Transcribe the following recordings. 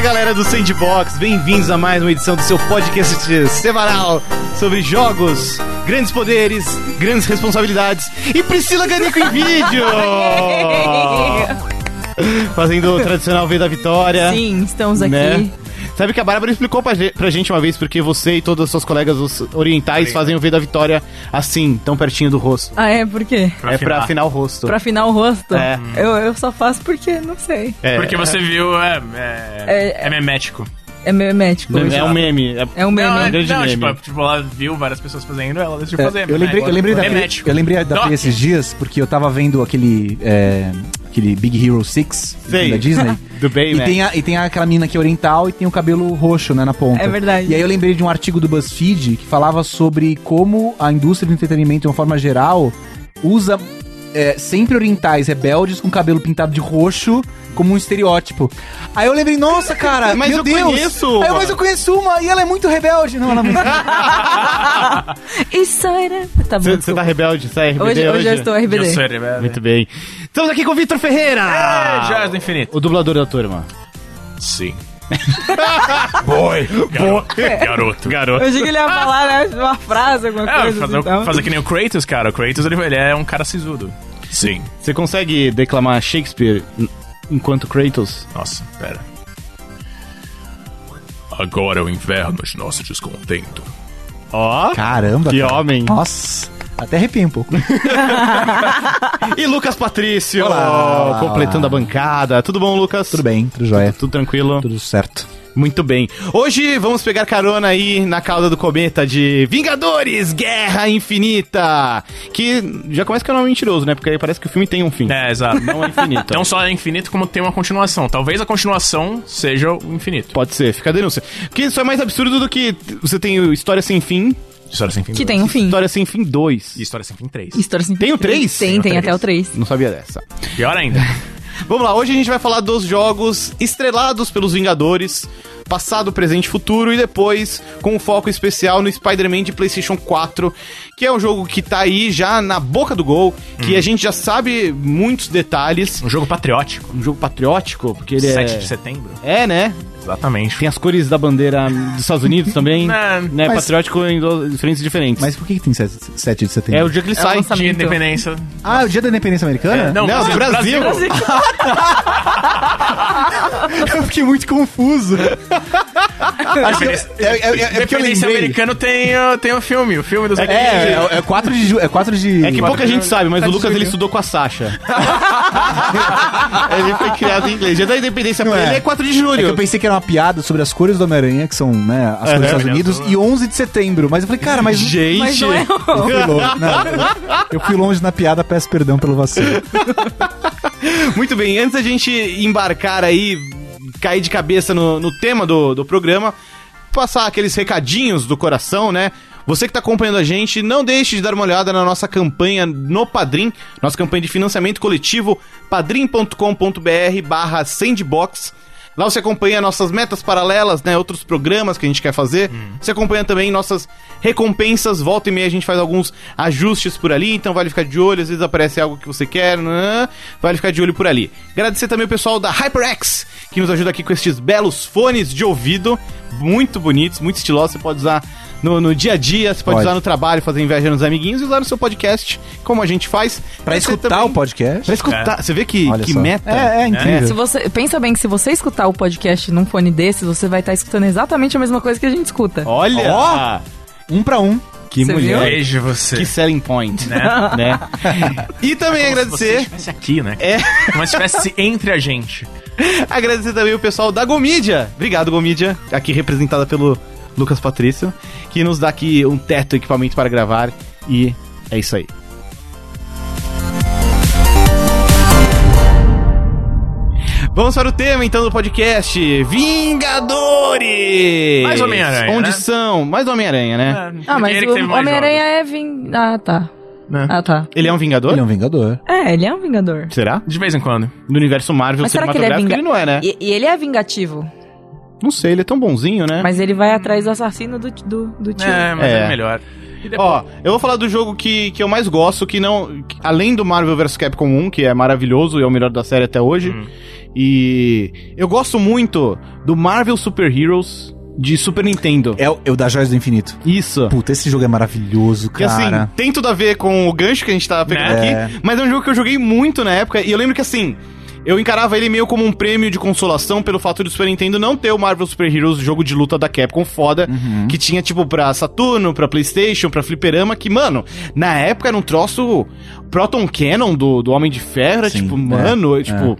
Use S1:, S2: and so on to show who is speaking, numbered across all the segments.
S1: galera do Sandbox, bem-vindos a mais uma edição do seu podcast semanal sobre jogos, grandes poderes, grandes responsabilidades e Priscila Ganico em vídeo! Oh. Fazendo o tradicional V da Vitória.
S2: Sim, estamos aqui.
S1: Né? Sabe que a Bárbara explicou pra, ge- pra gente uma vez porque você e todas as suas colegas os orientais
S3: Sim.
S1: fazem o V da Vitória assim, tão pertinho do rosto.
S2: Ah, é? Por quê?
S3: Pra
S1: é pra
S3: afinar.
S1: afinar o rosto.
S2: Pra afinar o rosto?
S1: É.
S2: Eu, eu só faço porque, não sei.
S1: É,
S3: Porque você viu, é. É,
S2: É-
S3: é memético.
S2: É memético.
S1: é, um meme.
S2: É um meme.
S3: Não, é-
S1: grande
S3: não,
S1: meme.
S3: Tipo, tipo, ela viu várias pessoas fazendo, ela decidiu fazer.
S4: É,
S3: é
S4: Eu lembrei, eu lembrei
S1: É
S4: da Pri,
S3: memético.
S4: eu lembrei da
S3: Doc.
S4: Pri esses dias, porque eu tava vendo aquele, é, aquele Big Hero 6
S1: Sei.
S4: da Disney.
S1: Do bem,
S4: E
S1: né?
S4: tem, a- e tem aquela menina que é oriental e tem o cabelo roxo, né, na ponta.
S2: É verdade.
S4: E aí eu lembrei de um artigo do BuzzFeed que falava sobre como a indústria do entretenimento, de uma forma geral, usa é, sempre orientais rebeldes com cabelo pintado de roxo como um estereótipo. Aí eu lembrei, nossa, cara,
S1: Mas
S4: meu
S1: eu
S4: Deus!
S1: conheço
S4: Aí eu,
S1: uma.
S4: mas eu conheço uma e ela é muito rebelde. Não, ela é muito...
S3: é-
S2: Isso era. Tá bom.
S1: Você tá rebelde, você é RBD
S2: hoje,
S1: hoje?
S2: hoje eu estou
S3: Eu
S2: RBD.
S3: sou ele, velho.
S1: Muito bem. Estamos aqui com o Vitor Ferreira! Ah.
S3: É, Joias do Infinito.
S1: O dublador da turma.
S3: Sim. Boy. Garoto. Garoto.
S2: Eu achei que ele ia falar né, uma frase, alguma
S3: É,
S2: coisa.
S3: fazer,
S2: assim, tá?
S3: fazer que nem o Kratos, cara. O Kratos, ele, ele é um cara sisudo. Sim.
S1: Você consegue declamar Shakespeare en- enquanto Kratos?
S3: Nossa, pera. Agora eu inverno de nosso descontento.
S1: Ó!
S4: Caramba,
S1: Que
S4: cara.
S1: homem.
S4: Nossa, até arrepiei um pouco.
S1: E Lucas Patrício!
S4: Olá.
S1: Completando a bancada. Tudo bom, Lucas?
S4: Tudo bem, tudo jóia.
S1: Tudo tranquilo?
S4: Tudo certo.
S1: Muito bem. Hoje vamos pegar carona aí na cauda do cometa de Vingadores Guerra Infinita! Que já começa que é um nome mentiroso, né? Porque aí parece que o filme tem um fim.
S3: É, exato.
S1: Não é infinito.
S3: Não só é infinito, como tem uma continuação. Talvez a continuação seja o infinito.
S1: Pode ser, fica a denúncia. Porque isso é mais absurdo do que t- você tem o História Sem Fim,
S3: História sem fim.
S2: Que tem um fim.
S1: História Sem Fim 2.
S3: E História sem fim 3.
S2: História sem
S1: Tem o
S2: fim.
S1: três? Tem
S2: Tem, tem,
S1: o três.
S2: até o 3.
S1: Não sabia dessa.
S3: Pior ainda.
S1: Vamos lá, hoje a gente vai falar dos jogos estrelados pelos Vingadores, passado, presente e futuro, e depois com um foco especial no Spider-Man de PlayStation 4, que é um jogo que tá aí já na boca do gol, que a gente já sabe muitos detalhes.
S3: Um jogo patriótico.
S1: Um jogo patriótico, porque ele
S3: 7
S1: é.
S3: de setembro.
S1: É, né?
S3: Exatamente.
S1: Tem as cores da bandeira dos Estados Unidos também.
S3: É,
S1: né?
S4: mas-
S1: Patriótico em do- frentes diferentes.
S4: Mas por que, que tem 7, de setembro?
S1: É o dia que ele
S2: É o
S1: sai.
S2: lançamento.
S3: Dia de independência.
S4: Ah, o dia da independência americana?
S3: É, não.
S1: Não,
S3: Brasil,
S1: Brasil.
S3: Brasil.
S4: Eu fiquei muito confuso.
S3: Independência,
S4: é- é- é- é porque eu
S3: Independência
S4: lembrei.
S3: americano tem, uh, tem o filme. O filme dos
S4: É, é, é 4 de... ju- É 4 de...
S1: né? É que pouca gente sabe, mas o
S4: Tá
S1: Lucas ele
S4: desligando.
S1: estudou com a Sasha. ele foi criado em inglês. Dia da independência
S4: Não
S1: pra
S4: é.
S1: ele é 4 de
S4: É que eu
S1: julho.
S4: pensei que era uma piada sobre as cores do Homem-Aranha, que são, né, as cores dos Estados Unidos, e 11 de setembro. Mas eu falei, cara, mas...
S1: Gente!
S2: Mas não é
S4: Eu
S2: o...
S4: fui longe, não, eu fui longe na piada, peço perdão pelo vacilo.
S1: Muito bem, antes da gente embarcar aí, cair de cabeça no, no tema do, do programa, passar aqueles recadinhos do coração, né? Você que tá acompanhando a gente, não deixe de dar uma olhada na nossa campanha no Padrim, nossa campanha de financiamento coletivo, padrim.com.br barra sandbox. Lá você acompanha nossas metas paralelas, né? Outros programas que a gente quer fazer.
S4: Hum.
S1: Você acompanha também nossas recompensas. Volta e meia a gente faz alguns ajustes por ali. Então vale ficar de olho. Às vezes aparece algo que você quer. né? Vale ficar de olho por ali. Agradecer também o pessoal da HyperX, que nos ajuda aqui com estes belos fones de ouvido. Muito bonitos, muito estilosos. Você pode usar no, no dia a dia, você pode,
S4: Pode.
S1: usar no trabalho, fazer inveja nos amiguinhos e usar no seu podcast, como a gente faz.
S4: Pra
S1: Você
S4: escutar
S1: também-
S4: o podcast... É.
S1: Pra escutar. Você vê que,
S4: Olha
S1: que
S4: só.
S1: meta.
S4: É, é incrível.
S2: Se você, pensa bem que se você escutar o podcast num fone desses, você vai estar escutando exatamente a mesma coisa que a gente escuta.
S1: Olha!
S4: Ó!
S1: É.
S4: Um pra um.
S1: que
S2: Você
S1: mulher!
S2: viu?
S3: Veja você.
S1: é. Que selling point, né? E também
S3: Se você
S1: agradecer,
S3: estivesse aqui, né?
S1: É.
S3: Como se estivesse entre a gente.
S1: agradecer também o pessoal da Gomídia. Obrigado, Gomídia, aqui representada pelo Lucas Patrício, que nos dá aqui um teto, equipamento para gravar e é isso aí. Vamos para o tema então do podcast Vingadores.
S3: Mais Homem-Aranha,
S1: Onde
S3: né? É.
S1: são? Mais Homem-Aranha, né?
S2: Ah, mas
S3: Ele
S2: o
S3: que teve mais
S2: Homem-Aranha é vin... Ah, tá.
S3: jogos, né?
S2: Ah, tá.
S1: Ele é um Vingador?
S4: Ele é um vingador.
S2: É, ele é um vingador.
S1: Será?
S3: De vez em quando.
S1: No universo Marvel
S2: Mas será que ele é
S1: cinematográfico
S2: vinga-
S1: ele não é, né?
S2: E, e ele é vingativo,
S1: Não sei, ele é tão bonzinho, né?
S2: mas ele vai atrás do assassino do, do, do tio.
S3: É, mas é,
S1: É.
S3: melhor. E depois-
S1: Ó, eu vou falar do jogo que, que eu mais um, gosto, que não. que- além do Marvel vs Capcom 1, que é maravilhoso e é o melhor da série até hoje. E eu gosto muito do Marvel Super Heroes de Super Nintendo.
S4: É o, é o da Joias do Infinito.
S1: Isso.
S4: Puta, esse jogo é maravilhoso,
S1: Que assim,
S4: cara.
S1: tem tudo a ver com o gancho que a gente tá pegando
S4: Né?
S1: aqui, mas é um jogo que eu joguei muito na época, e eu lembro que assim, eu encarava ele meio como um prêmio de consolação pelo fato do Super Nintendo não ter o Marvel Super Heroes, jogo de luta da Capcom foda,
S4: Uhum.
S1: que tinha tipo pra Saturno, pra Playstation, pra Fliperama, que mano, na época era um troço Proton Cannon do, do Homem de Ferro, era,
S4: Sim,
S1: tipo,
S4: é,
S1: mano, eu, tipo,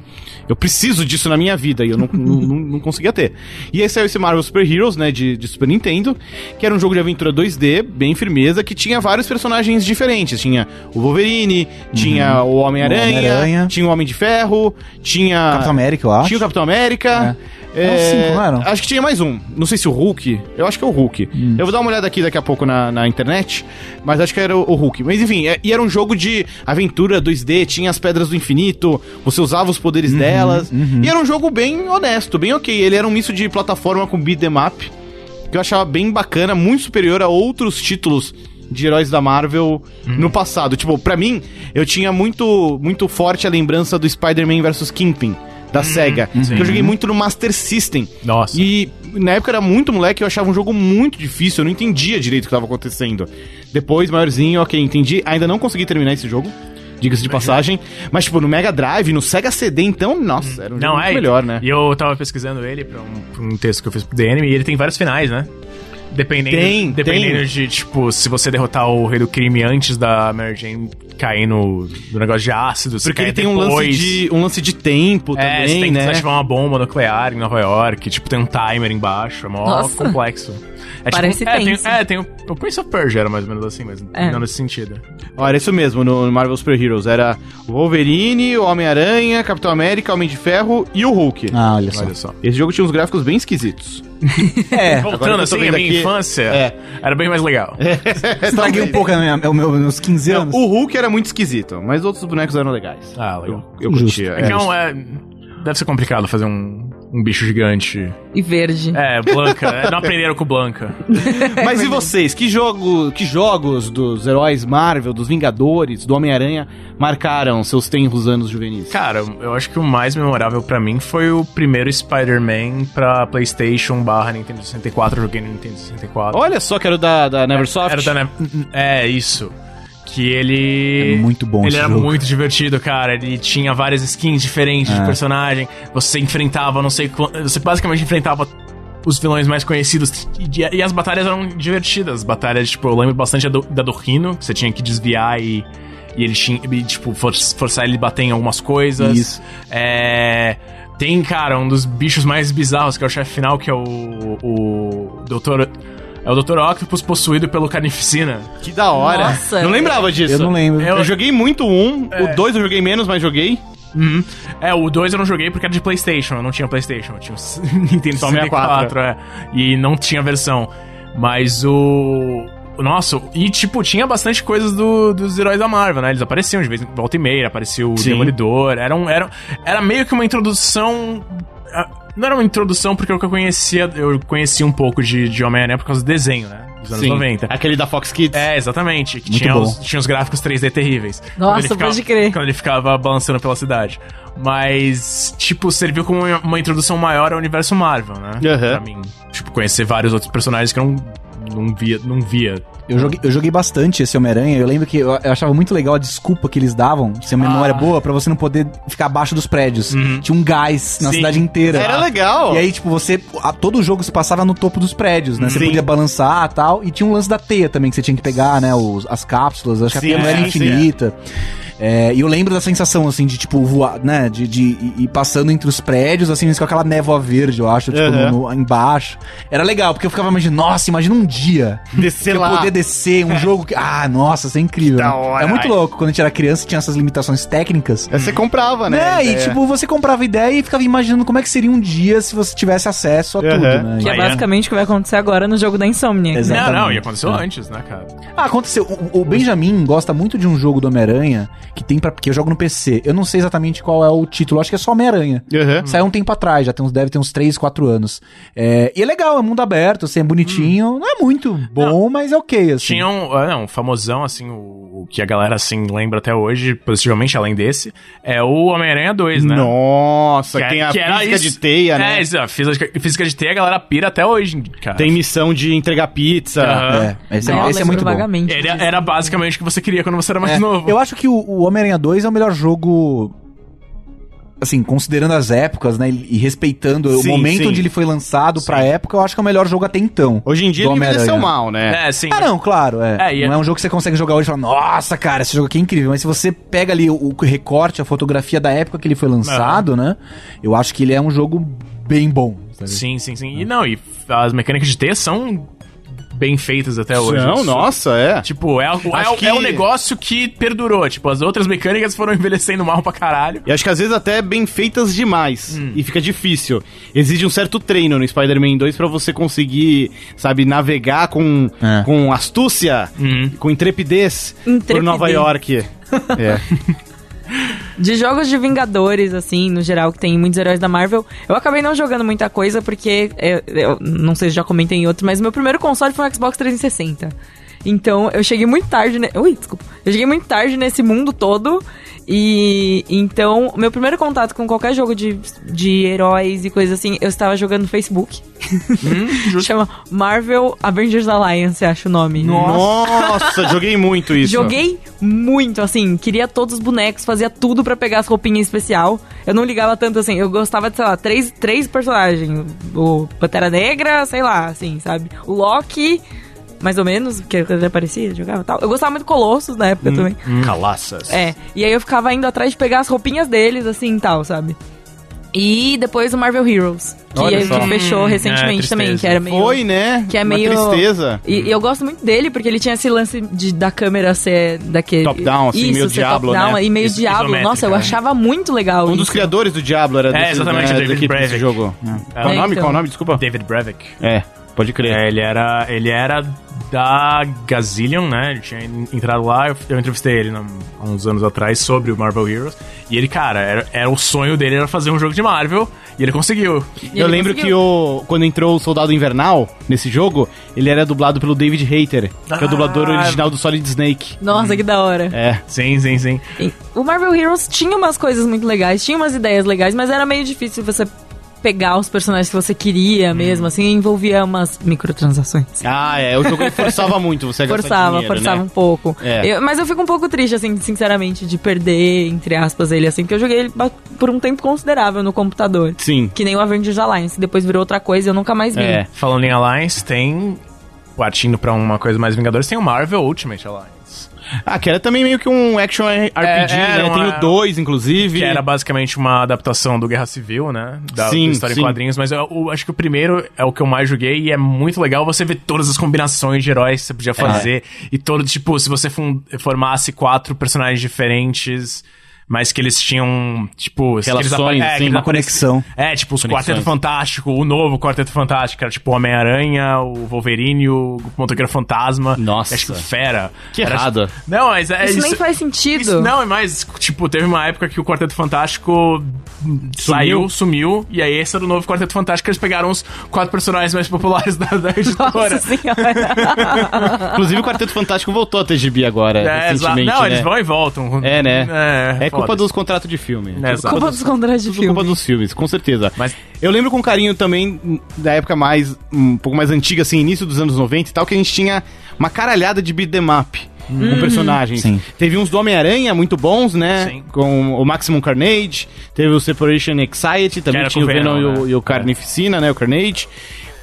S1: eu preciso disso na minha vida, e eu não, não, não- não conseguia ter. E aí saiu esse Marvel Super Heroes, né, de, de Super Nintendo, que era um jogo de aventura 2D, bem firmeza, que tinha vários personagens diferentes. Tinha o Wolverine, tinha o
S4: Uhum. O Homem-Aranha.
S1: Homem-Aranha, tinha o Homem de Ferro, tinha...
S4: Capitão América, eu acho.
S1: Tinha o Capitão América.
S4: É. Eram cinco, não eram?
S1: Acho que tinha mais um. Não sei se o Hulk. Eu acho que é o Hulk.
S3: Hum.
S1: Eu vou dar uma olhada aqui daqui a pouco na, na internet. Mas acho que era o, o Hulk. Mas enfim, é- e era um jogo de aventura 2D. Tinha as pedras do infinito. Você usava os
S3: Uhum,
S1: poderes delas. E era um jogo bem honesto, bem ok. Ele era um misto de plataforma com beat 'em up. Que eu achava bem bacana, muito superior a outros títulos de heróis da Marvel
S3: Hum.
S1: no passado. Tipo, pra mim, eu tinha muito, muito forte a lembrança do Spider-Man vs. Kingpin. Da SEGA.
S3: Hum, sim.
S1: Que eu joguei muito no Master System.
S3: Nossa.
S1: E na época eu era muito moleque, eu achava um jogo muito difícil, eu não entendia direito o que tava acontecendo. Depois, maiorzinho, ok, entendi. Ainda não consegui terminar esse jogo, diga-se de passagem. Mas, tipo, no Mega Drive, no Sega CD, então, nossa, era um jogo
S3: Não,
S1: muito
S3: é.
S1: melhor, né?
S3: E eu tava pesquisando ele pra um, pra um texto que eu fiz pro DM e ele tem vários finais, né? Dependendo,
S1: Tem,
S3: dependendo
S1: tem.
S3: de, tipo, se você derrotar o rei do crime antes da Mary Jane cair no, no negócio de ácido, se
S1: Porque
S3: cair
S1: ele tem um lance,
S3: depois.
S1: de, um lance de tempo
S3: É, você
S1: também,
S3: tem que
S1: né?
S3: desativar uma bomba nuclear em Nova York, tipo, tem um timer embaixo, é mó
S2: Nossa.
S3: complexo. É,
S2: Parece
S3: tipo, é, tem,
S2: tenso.
S3: é, tem o, o Prince of Persia era mais ou menos assim, mas
S2: É.
S3: não nesse sentido.
S1: Ó, era isso mesmo, no no Marvel Super Heroes. Era o Wolverine, o Homem-Aranha, Capitão América, Homem de Ferro e o Hulk.
S4: Ah, olha só.
S3: Olha só.
S1: Esse jogo tinha uns gráficos bem esquisitos.
S4: É.
S1: Agora que eu
S3: Voltando
S1: tô
S3: assim, a
S1: vendo
S3: minha
S1: aqui-
S3: infância
S1: É.
S3: era bem mais legal.
S4: Estraguei um pouco a minha- o meu- meus 15
S1: Não,
S4: anos.
S1: o Hulk era muito esquisito, mas outros bonecos eram legais.
S3: Ah, legal.
S1: Eu
S4: Justo.
S1: curtia. é.
S3: Então, é, deve ser complicado fazer um, um bicho gigante.
S2: E verde.
S3: É, Blanca. é, não aprenderam com Blanca.
S1: Mas e vocês? Que, jogo, que jogos dos heróis Marvel, dos Vingadores, do Homem-Aranha marcaram seus tenros anos juvenis?
S3: Cara, eu acho que o mais memorável pra mim foi o primeiro Spider-Man pra PlayStation barra Nintendo 64. Eu joguei no Nintendo 64.
S1: Olha só que era o da, da Neversoft.
S3: Era da Ne- É, isso. Que ele.
S4: É muito bom
S3: Ele
S4: esse
S3: era
S4: jogo.
S3: muito divertido, cara. Ele tinha várias skins diferentes
S4: É.
S3: de personagem. Você enfrentava, não sei quanto. Você basicamente enfrentava os vilões mais conhecidos. E, e as batalhas eram divertidas. As batalhas, tipo, eu lembro bastante da do- da do Rino, que você tinha que desviar e. E ele tinha. e, tipo, for- forçar ele a bater em algumas coisas.
S4: Isso.
S3: É. Tem, cara, um dos bichos mais bizarros, que é o chefe final, que é o. O. Doutor. É o Dr. Octopus possuído pelo Carnificina.
S1: Que da hora.
S2: Nossa.
S1: não lembrava disso.
S4: Eu não lembro.
S1: Eu, joguei muito o um, o dois eu joguei menos, mas joguei.
S3: Uhum. É, o 2 eu não joguei porque era de PlayStation. Eu não tinha PlayStation. Eu tinha o Nintendo
S1: Só
S3: 64. é. E não tinha versão. Mas o. Nossa, e tipo, tinha bastante coisas do- dos heróis da Marvel, né? Eles apareciam de vez em volta e meia, apareceu o
S1: Sim.
S3: Demolidor. Era, um, era, era meio que uma introdução. ah, Não era uma introdução porque é o que eu conhecia, eu conhecia um pouco de, de Homem-Aranha por causa do desenho, né? Dos anos 90.
S1: Aquele da Fox Kids.
S3: É, exatamente. Que
S4: Muito
S3: tinha,
S4: bom.
S3: os, tinha os gráficos 3D terríveis.
S2: Nossa,
S3: Quando ele ficava-
S2: pode crer.
S3: Quando ele ficava balançando pela cidade. Mas, tipo, serviu como uma, uma introdução maior ao universo Marvel, né?
S1: Aham.
S3: Pra mim. Tipo, conhecer vários outros personagens que eu não, não via. Não via.
S4: Eu joguei, eu joguei bastante esse Homem-Aranha. Eu lembro que eu, eu achava muito legal a desculpa que eles davam, se a
S1: Ah.
S4: memória é boa, pra você não poder ficar abaixo dos prédios. Tinha um gás na
S3: Sim.
S4: cidade inteira.
S1: Uhum. Era legal.
S4: E aí, tipo, você. a- todo o jogo se passava no topo dos prédios, né? Você
S1: Sim.
S4: podia balançar e tal. E tinha um lance da teia também que você tinha que pegar, né? Os, as cápsulas, acho que a
S1: Sim,
S4: teia não era
S1: sim, sim,
S4: infinita. É, e eu lembro da sensação, assim, de, tipo, voar, né? De, de ir- ir passando entre os prédios, assim, mas com aquela névoa verde, eu acho, tipo,
S1: Uhum.
S4: no- no- embaixo. Era legal, porque eu ficava imaginando, nossa, imagina um dia
S1: descer
S4: eu
S1: lá.
S4: poder descer um jogo que. Ah, nossa, isso é incrível.
S1: Que da
S4: né?
S1: hora,
S4: é muito
S1: ai.
S4: louco. Quando a gente era criança, tinha essas limitações técnicas.
S1: Aí Você comprava, né?
S4: Né? E
S1: É.
S4: tipo, você comprava ideia e ficava imaginando como é que seria um dia se você tivesse acesso a
S1: Uhum.
S4: tudo, né?
S2: Que é
S3: Aí,
S2: basicamente o que vai acontecer agora no jogo da Insomnia.
S4: Exato. Exatamente.
S3: Não, não, e aconteceu
S4: É.
S3: antes, né, cara?
S4: Ah, aconteceu. O, o Benjamin gosta muito de um jogo do Homem-Aranha que tem para que eu jogo no PC. Eu não sei exatamente qual é o título, acho que é só Homem-Aranha.
S1: Uhum.
S4: Saiu um tempo atrás, já tem uns, deve ter uns 3, 4 anos. É, e é legal, é mundo aberto, assim, é bonitinho. Não é muito bom, mas é ok, assim.
S3: Tinha um, ah, não, um famosão, assim, o, o que a galera, assim, lembra até hoje, positivamente, além desse, é o Homem-Aranha 2, né?
S1: Nossa,
S3: é-
S1: tem a
S3: era
S1: física
S3: isso.
S1: de teia,
S3: É,
S1: né?
S3: isso, ó, física, física de teia, a galera pira até hoje, cara.
S1: Tem missão de entregar pizza.
S3: Aham.
S4: É, esse, é-
S2: Né, eu
S4: esse é
S2: lembro
S4: muito bom.
S2: vagamente.
S3: Era,
S2: disso.
S3: era basicamente o que você queria quando você era mais
S4: É,
S3: novo.
S4: Eu acho que o, o Homem-Aranha 2 é o melhor jogo. Assim, considerando as épocas, né? E respeitando
S1: Sim,
S4: o momento
S1: sim.
S4: onde ele foi lançado pra época, eu acho que é o melhor jogo até então.
S1: Hoje em dia
S4: Do
S1: ele envelheceu
S4: Homem-Aranha.
S1: mal, né?
S3: É, sim.
S4: Ah, não, claro, é.
S3: É, e
S4: não
S3: é-
S4: é um jogo que você consegue jogar hoje e falar, nossa, cara, esse jogo aqui é incrível. Mas se você pega ali o, o recorte, a fotografia da época que ele foi
S3: É.
S4: lançado, né? Eu acho que ele é um jogo bem bom. sabe?
S3: Sim, sim, sim. E não, e as mecânicas de teia são bem feitas até hoje.
S1: Não,
S3: Isso-
S1: nossa, é.
S3: Tipo, é, o- é,
S1: Acho
S3: o- é
S1: que-
S3: um negócio que perdurou. Tipo, as outras mecânicas foram envelhecendo mal pra caralho.
S1: E acho que às vezes até bem feitas demais.
S3: Hum.
S1: E fica difícil. Exige um certo treino no Spider-Man 2 pra você conseguir, sabe, navegar com,
S4: É.
S1: com astúcia,
S3: Hum.
S1: com intrepidez, por
S2: Intrepidez.
S1: Nova York. é.
S2: De jogos de Vingadores, assim, no geral, que tem muitos heróis da Marvel, eu acabei não jogando muita coisa, porque é, eu não sei se já comentei em outro, mas meu primeiro console foi um Xbox 360. Então eu cheguei muito tarde. Ne... Ui, desculpa. Eu cheguei muito tarde nesse mundo todo. E então, meu primeiro contato com qualquer jogo de, de heróis e coisa assim, eu estava jogando no Facebook. Chama Marvel Avengers Alliance, acho o nome.
S1: Nossa, joguei muito isso.
S2: Joguei muito, assim, queria todos os bonecos, fazia tudo pra pegar as roupinhas especial. Eu não ligava tanto assim, eu gostava de, sei lá, três, três personagens. O Pantera Negra, sei lá, assim, sabe? O Loki, mais ou menos, porque ele aparecia, jogava e tal. Eu gostava muito do Colossus na
S1: Uhum.
S2: época também.
S3: Hum.
S1: Calaças.
S2: É, e aí eu ficava indo atrás de pegar as roupinhas deles, assim, e tal, sabe? E depois o Marvel Heroes, que,
S1: Olha
S2: é-
S1: só.
S2: que fechou
S3: Hum, é,
S2: recentemente
S3: tristeza.
S2: também, que era meio...
S1: Foi, né?
S2: Que é
S1: Uma
S2: meio.
S1: tristeza.
S2: E, e eu gosto muito dele, porque ele tinha esse lance de, da câmera ser daquele.
S1: Top-down, assim,
S2: Isso,
S1: meio
S2: ser
S1: Diablo,
S2: top-down,
S1: né?
S2: E meio
S3: Isso,
S2: diablo.
S3: isométrica,
S2: Nossa, eu
S3: né?
S2: achava muito legal.
S1: Um dos
S2: isso.
S1: criadores do Diablo era desse,
S3: É, exatamente,
S1: né,
S3: o David
S1: da equipe desse
S3: Brevik.
S1: jogo. Qual
S2: É,
S1: o nome?
S2: então.
S1: Qual o nome? Desculpa.
S3: David Brevik.
S1: É, pode crer.
S3: É, ele era, ele era da Gazillion, né? Ele tinha en- entrado lá, eu, eu entrevistei ele na- há uns anos atrás sobre o Marvel Heroes. E ele, cara, era, era o sonho dele era fazer um jogo de Marvel, e ele conseguiu.
S2: E
S1: Eu
S2: ele
S1: lembro
S2: conseguiu.
S1: que o, quando entrou o Soldado Invernal nesse jogo, ele era dublado pelo David Hayter, que é o
S3: Ah.
S1: dublador original do Solid Snake.
S2: Nossa, que da hora.
S1: É.
S3: Sim, sim, sim.
S2: E O Marvel Heroes tinha umas coisas muito legais, tinha umas ideias legais, mas era meio difícil você pegar os personagens que você
S1: Uhum.
S2: queria mesmo, assim, envolvia umas microtransações.
S1: Ah, é. O jogo ele forçava muito você a gastar
S2: Forçava,
S1: dinheiro,
S2: forçava um
S1: Né?
S2: pouco.
S1: É.
S2: Eu- mas eu fico um pouco triste, assim, sinceramente, de perder, entre aspas, ele, assim, porque eu joguei ele ba- por um tempo considerável no computador.
S1: Sim.
S2: Que nem o Avengers Alliance, depois virou outra coisa e eu nunca mais vi.
S1: É.
S3: Falando em Alliance, tem. Partindo pra uma coisa mais Vingadores, tem o Marvel Ultimate Alliance.
S1: Ah, que era também meio que um action RPG,
S3: É, era
S1: né?
S3: uma-
S1: Tem o 2, inclusive.
S3: Que era basicamente uma adaptação do Guerra Civil, né? Da,
S1: Sim,
S3: da história
S1: sim.
S3: em quadrinhos. Mas eu, eu acho que o primeiro é o que eu mais joguei e é muito legal você ver todas as combinações de heróis que você
S1: É.
S3: podia fazer. E todo, tipo, se você fun- formasse quatro personagens diferentes, mas que eles tinham, tipo... que eles
S1: Relações,
S3: apa- é,
S1: assim,
S3: que eles
S1: uma
S3: apareci-
S4: conexão.
S3: É, tipo, os
S1: Conexões.
S3: Quarteto Fantástico, o novo Quarteto Fantástico. Era tipo o Homem-Aranha, o Wolverine, o Motoqueiro Fantasma.
S1: Nossa.
S3: Acho que o Fera.
S1: Que
S3: Era,
S1: errado.
S3: tipo- Não, mas é
S2: Isso, nem faz
S3: isso
S2: sentido.
S3: não, é mais, tipo, teve uma época que o Quarteto Fantástico saiu, sumiu, e aí esse era o novo Quarteto Fantástico, eles pegaram os quatro personagens mais populares da, da editora.
S2: Nossa senhora.
S1: Inclusive o Quarteto Fantástico voltou a ter gibi agora,
S3: É, exato.
S1: recentemente,
S3: Não,
S1: né?
S3: eles vão e voltam.
S1: É, né?
S3: É,
S1: É culpa
S3: foda-se.
S1: dos contratos de filme.
S3: É, exato.
S2: Culpa dos contratos de
S1: Tudo culpa
S2: filme.
S1: dos filmes, com certeza.
S3: Mas-
S1: eu lembro com carinho também hum, da época mais um pouco mais antiga, assim, início dos anos 90 e tal, que a gente tinha uma caralhada de beat them up
S2: Hum.
S1: com personagens.
S4: Sim.
S1: Teve uns do Homem-Aranha muito bons, né?
S3: Sim.
S1: Com o Maximum Carnage, teve o Separation Anxiety, também
S3: era
S1: tinha o
S3: com o
S1: Venom
S3: Venom,
S1: e o,
S3: né?
S1: e o Carnificina, né? O Carnage.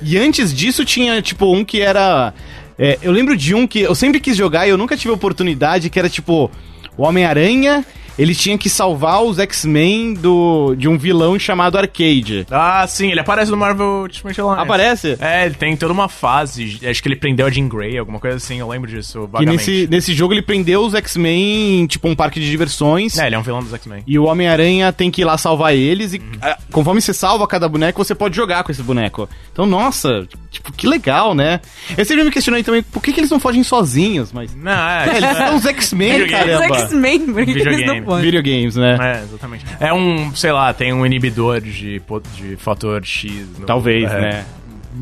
S1: E antes disso tinha, tipo, um que era. é, eu lembro de um que eu sempre quis jogar e eu nunca tive a oportunidade, que era tipo o Homem-Aranha. ele tinha que salvar os X-Men do- de um vilão chamado Arcade.
S3: Ah, sim, ele aparece no Marvel Ultimate Alliance.
S1: Aparece?
S3: É, ele tem toda uma fase. Acho que ele prendeu a Jean Grey, alguma coisa assim, eu lembro disso
S1: Que
S3: vagamente.
S1: nesse, nesse jogo ele prendeu os X-Men em, tipo, um parque de diversões.
S3: É, ele é um vilão dos X-Men.
S1: E o Homem-Aranha tem que ir lá salvar eles. E
S3: Uhum.
S1: ah, conforme você salva cada boneco, você pode jogar com esse boneco. Então, nossa, tipo, que legal, né? Eu sempre me questionei também por que, que eles não fogem sozinhos, mas.
S3: Não, é.
S1: É, eles são os X-Men,
S3: Videogame.
S2: Os
S1: caramba.
S2: X-Men, por que que eles
S3: Videogame.
S2: não podem?
S1: Videogames, né?
S3: É, exatamente. É um, sei lá, tem um inibidor de, po- de fator X. no-
S1: Talvez,
S3: é,
S1: né?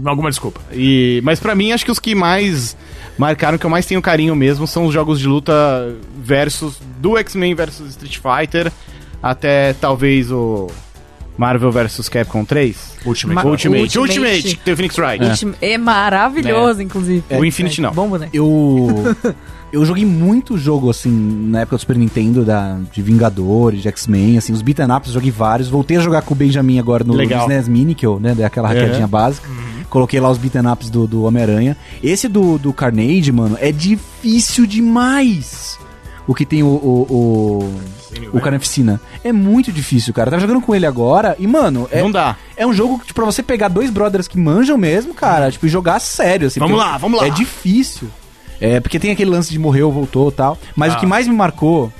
S3: Alguma desculpa.
S1: E, mas pra mim, acho que os que mais marcaram, que eu mais tenho carinho mesmo, são os jogos de luta versus do X-Men versus Street Fighter, até talvez o Marvel versus Capcom 3.
S3: Ultimate.
S2: Ma-
S3: Ultimate.
S1: Ultimate,
S2: Ultimate.
S1: Ultimate, que tem o Phoenix Wright.
S2: Ultim- É maravilhoso, inclusive. É,
S1: O Infinity não.
S2: Bom né? boneco.
S4: Né? Eu. Eu joguei muito jogo, assim, na época do Super Nintendo, da, de Vingadores, de X-Men, assim, os beat'em ups, joguei vários. Voltei a jogar com o Benjamin agora no, no
S1: Legal. Uhum.
S4: SNES Mini, que eu, né, dei aquela hackeadinha básica. Coloquei lá os beat'em ups do, do Homem-Aranha. Esse do, do Carnage, mano, é difícil demais. O que tem o... o, o... O Carnificina. É muito difícil, cara. Eu tava jogando com ele agora e, mano, é,
S1: Não dá.
S4: é um jogo que, tipo, pra você pegar dois brothers que manjam mesmo, cara, tipo, e jogar sério. Assim,
S1: Uhum. Vamos
S4: porque
S1: lá, vamos lá.
S4: É difícil. É, porque tem aquele lance de morreu, voltou e tal. Mas
S1: Ah.
S4: o que mais me marcou,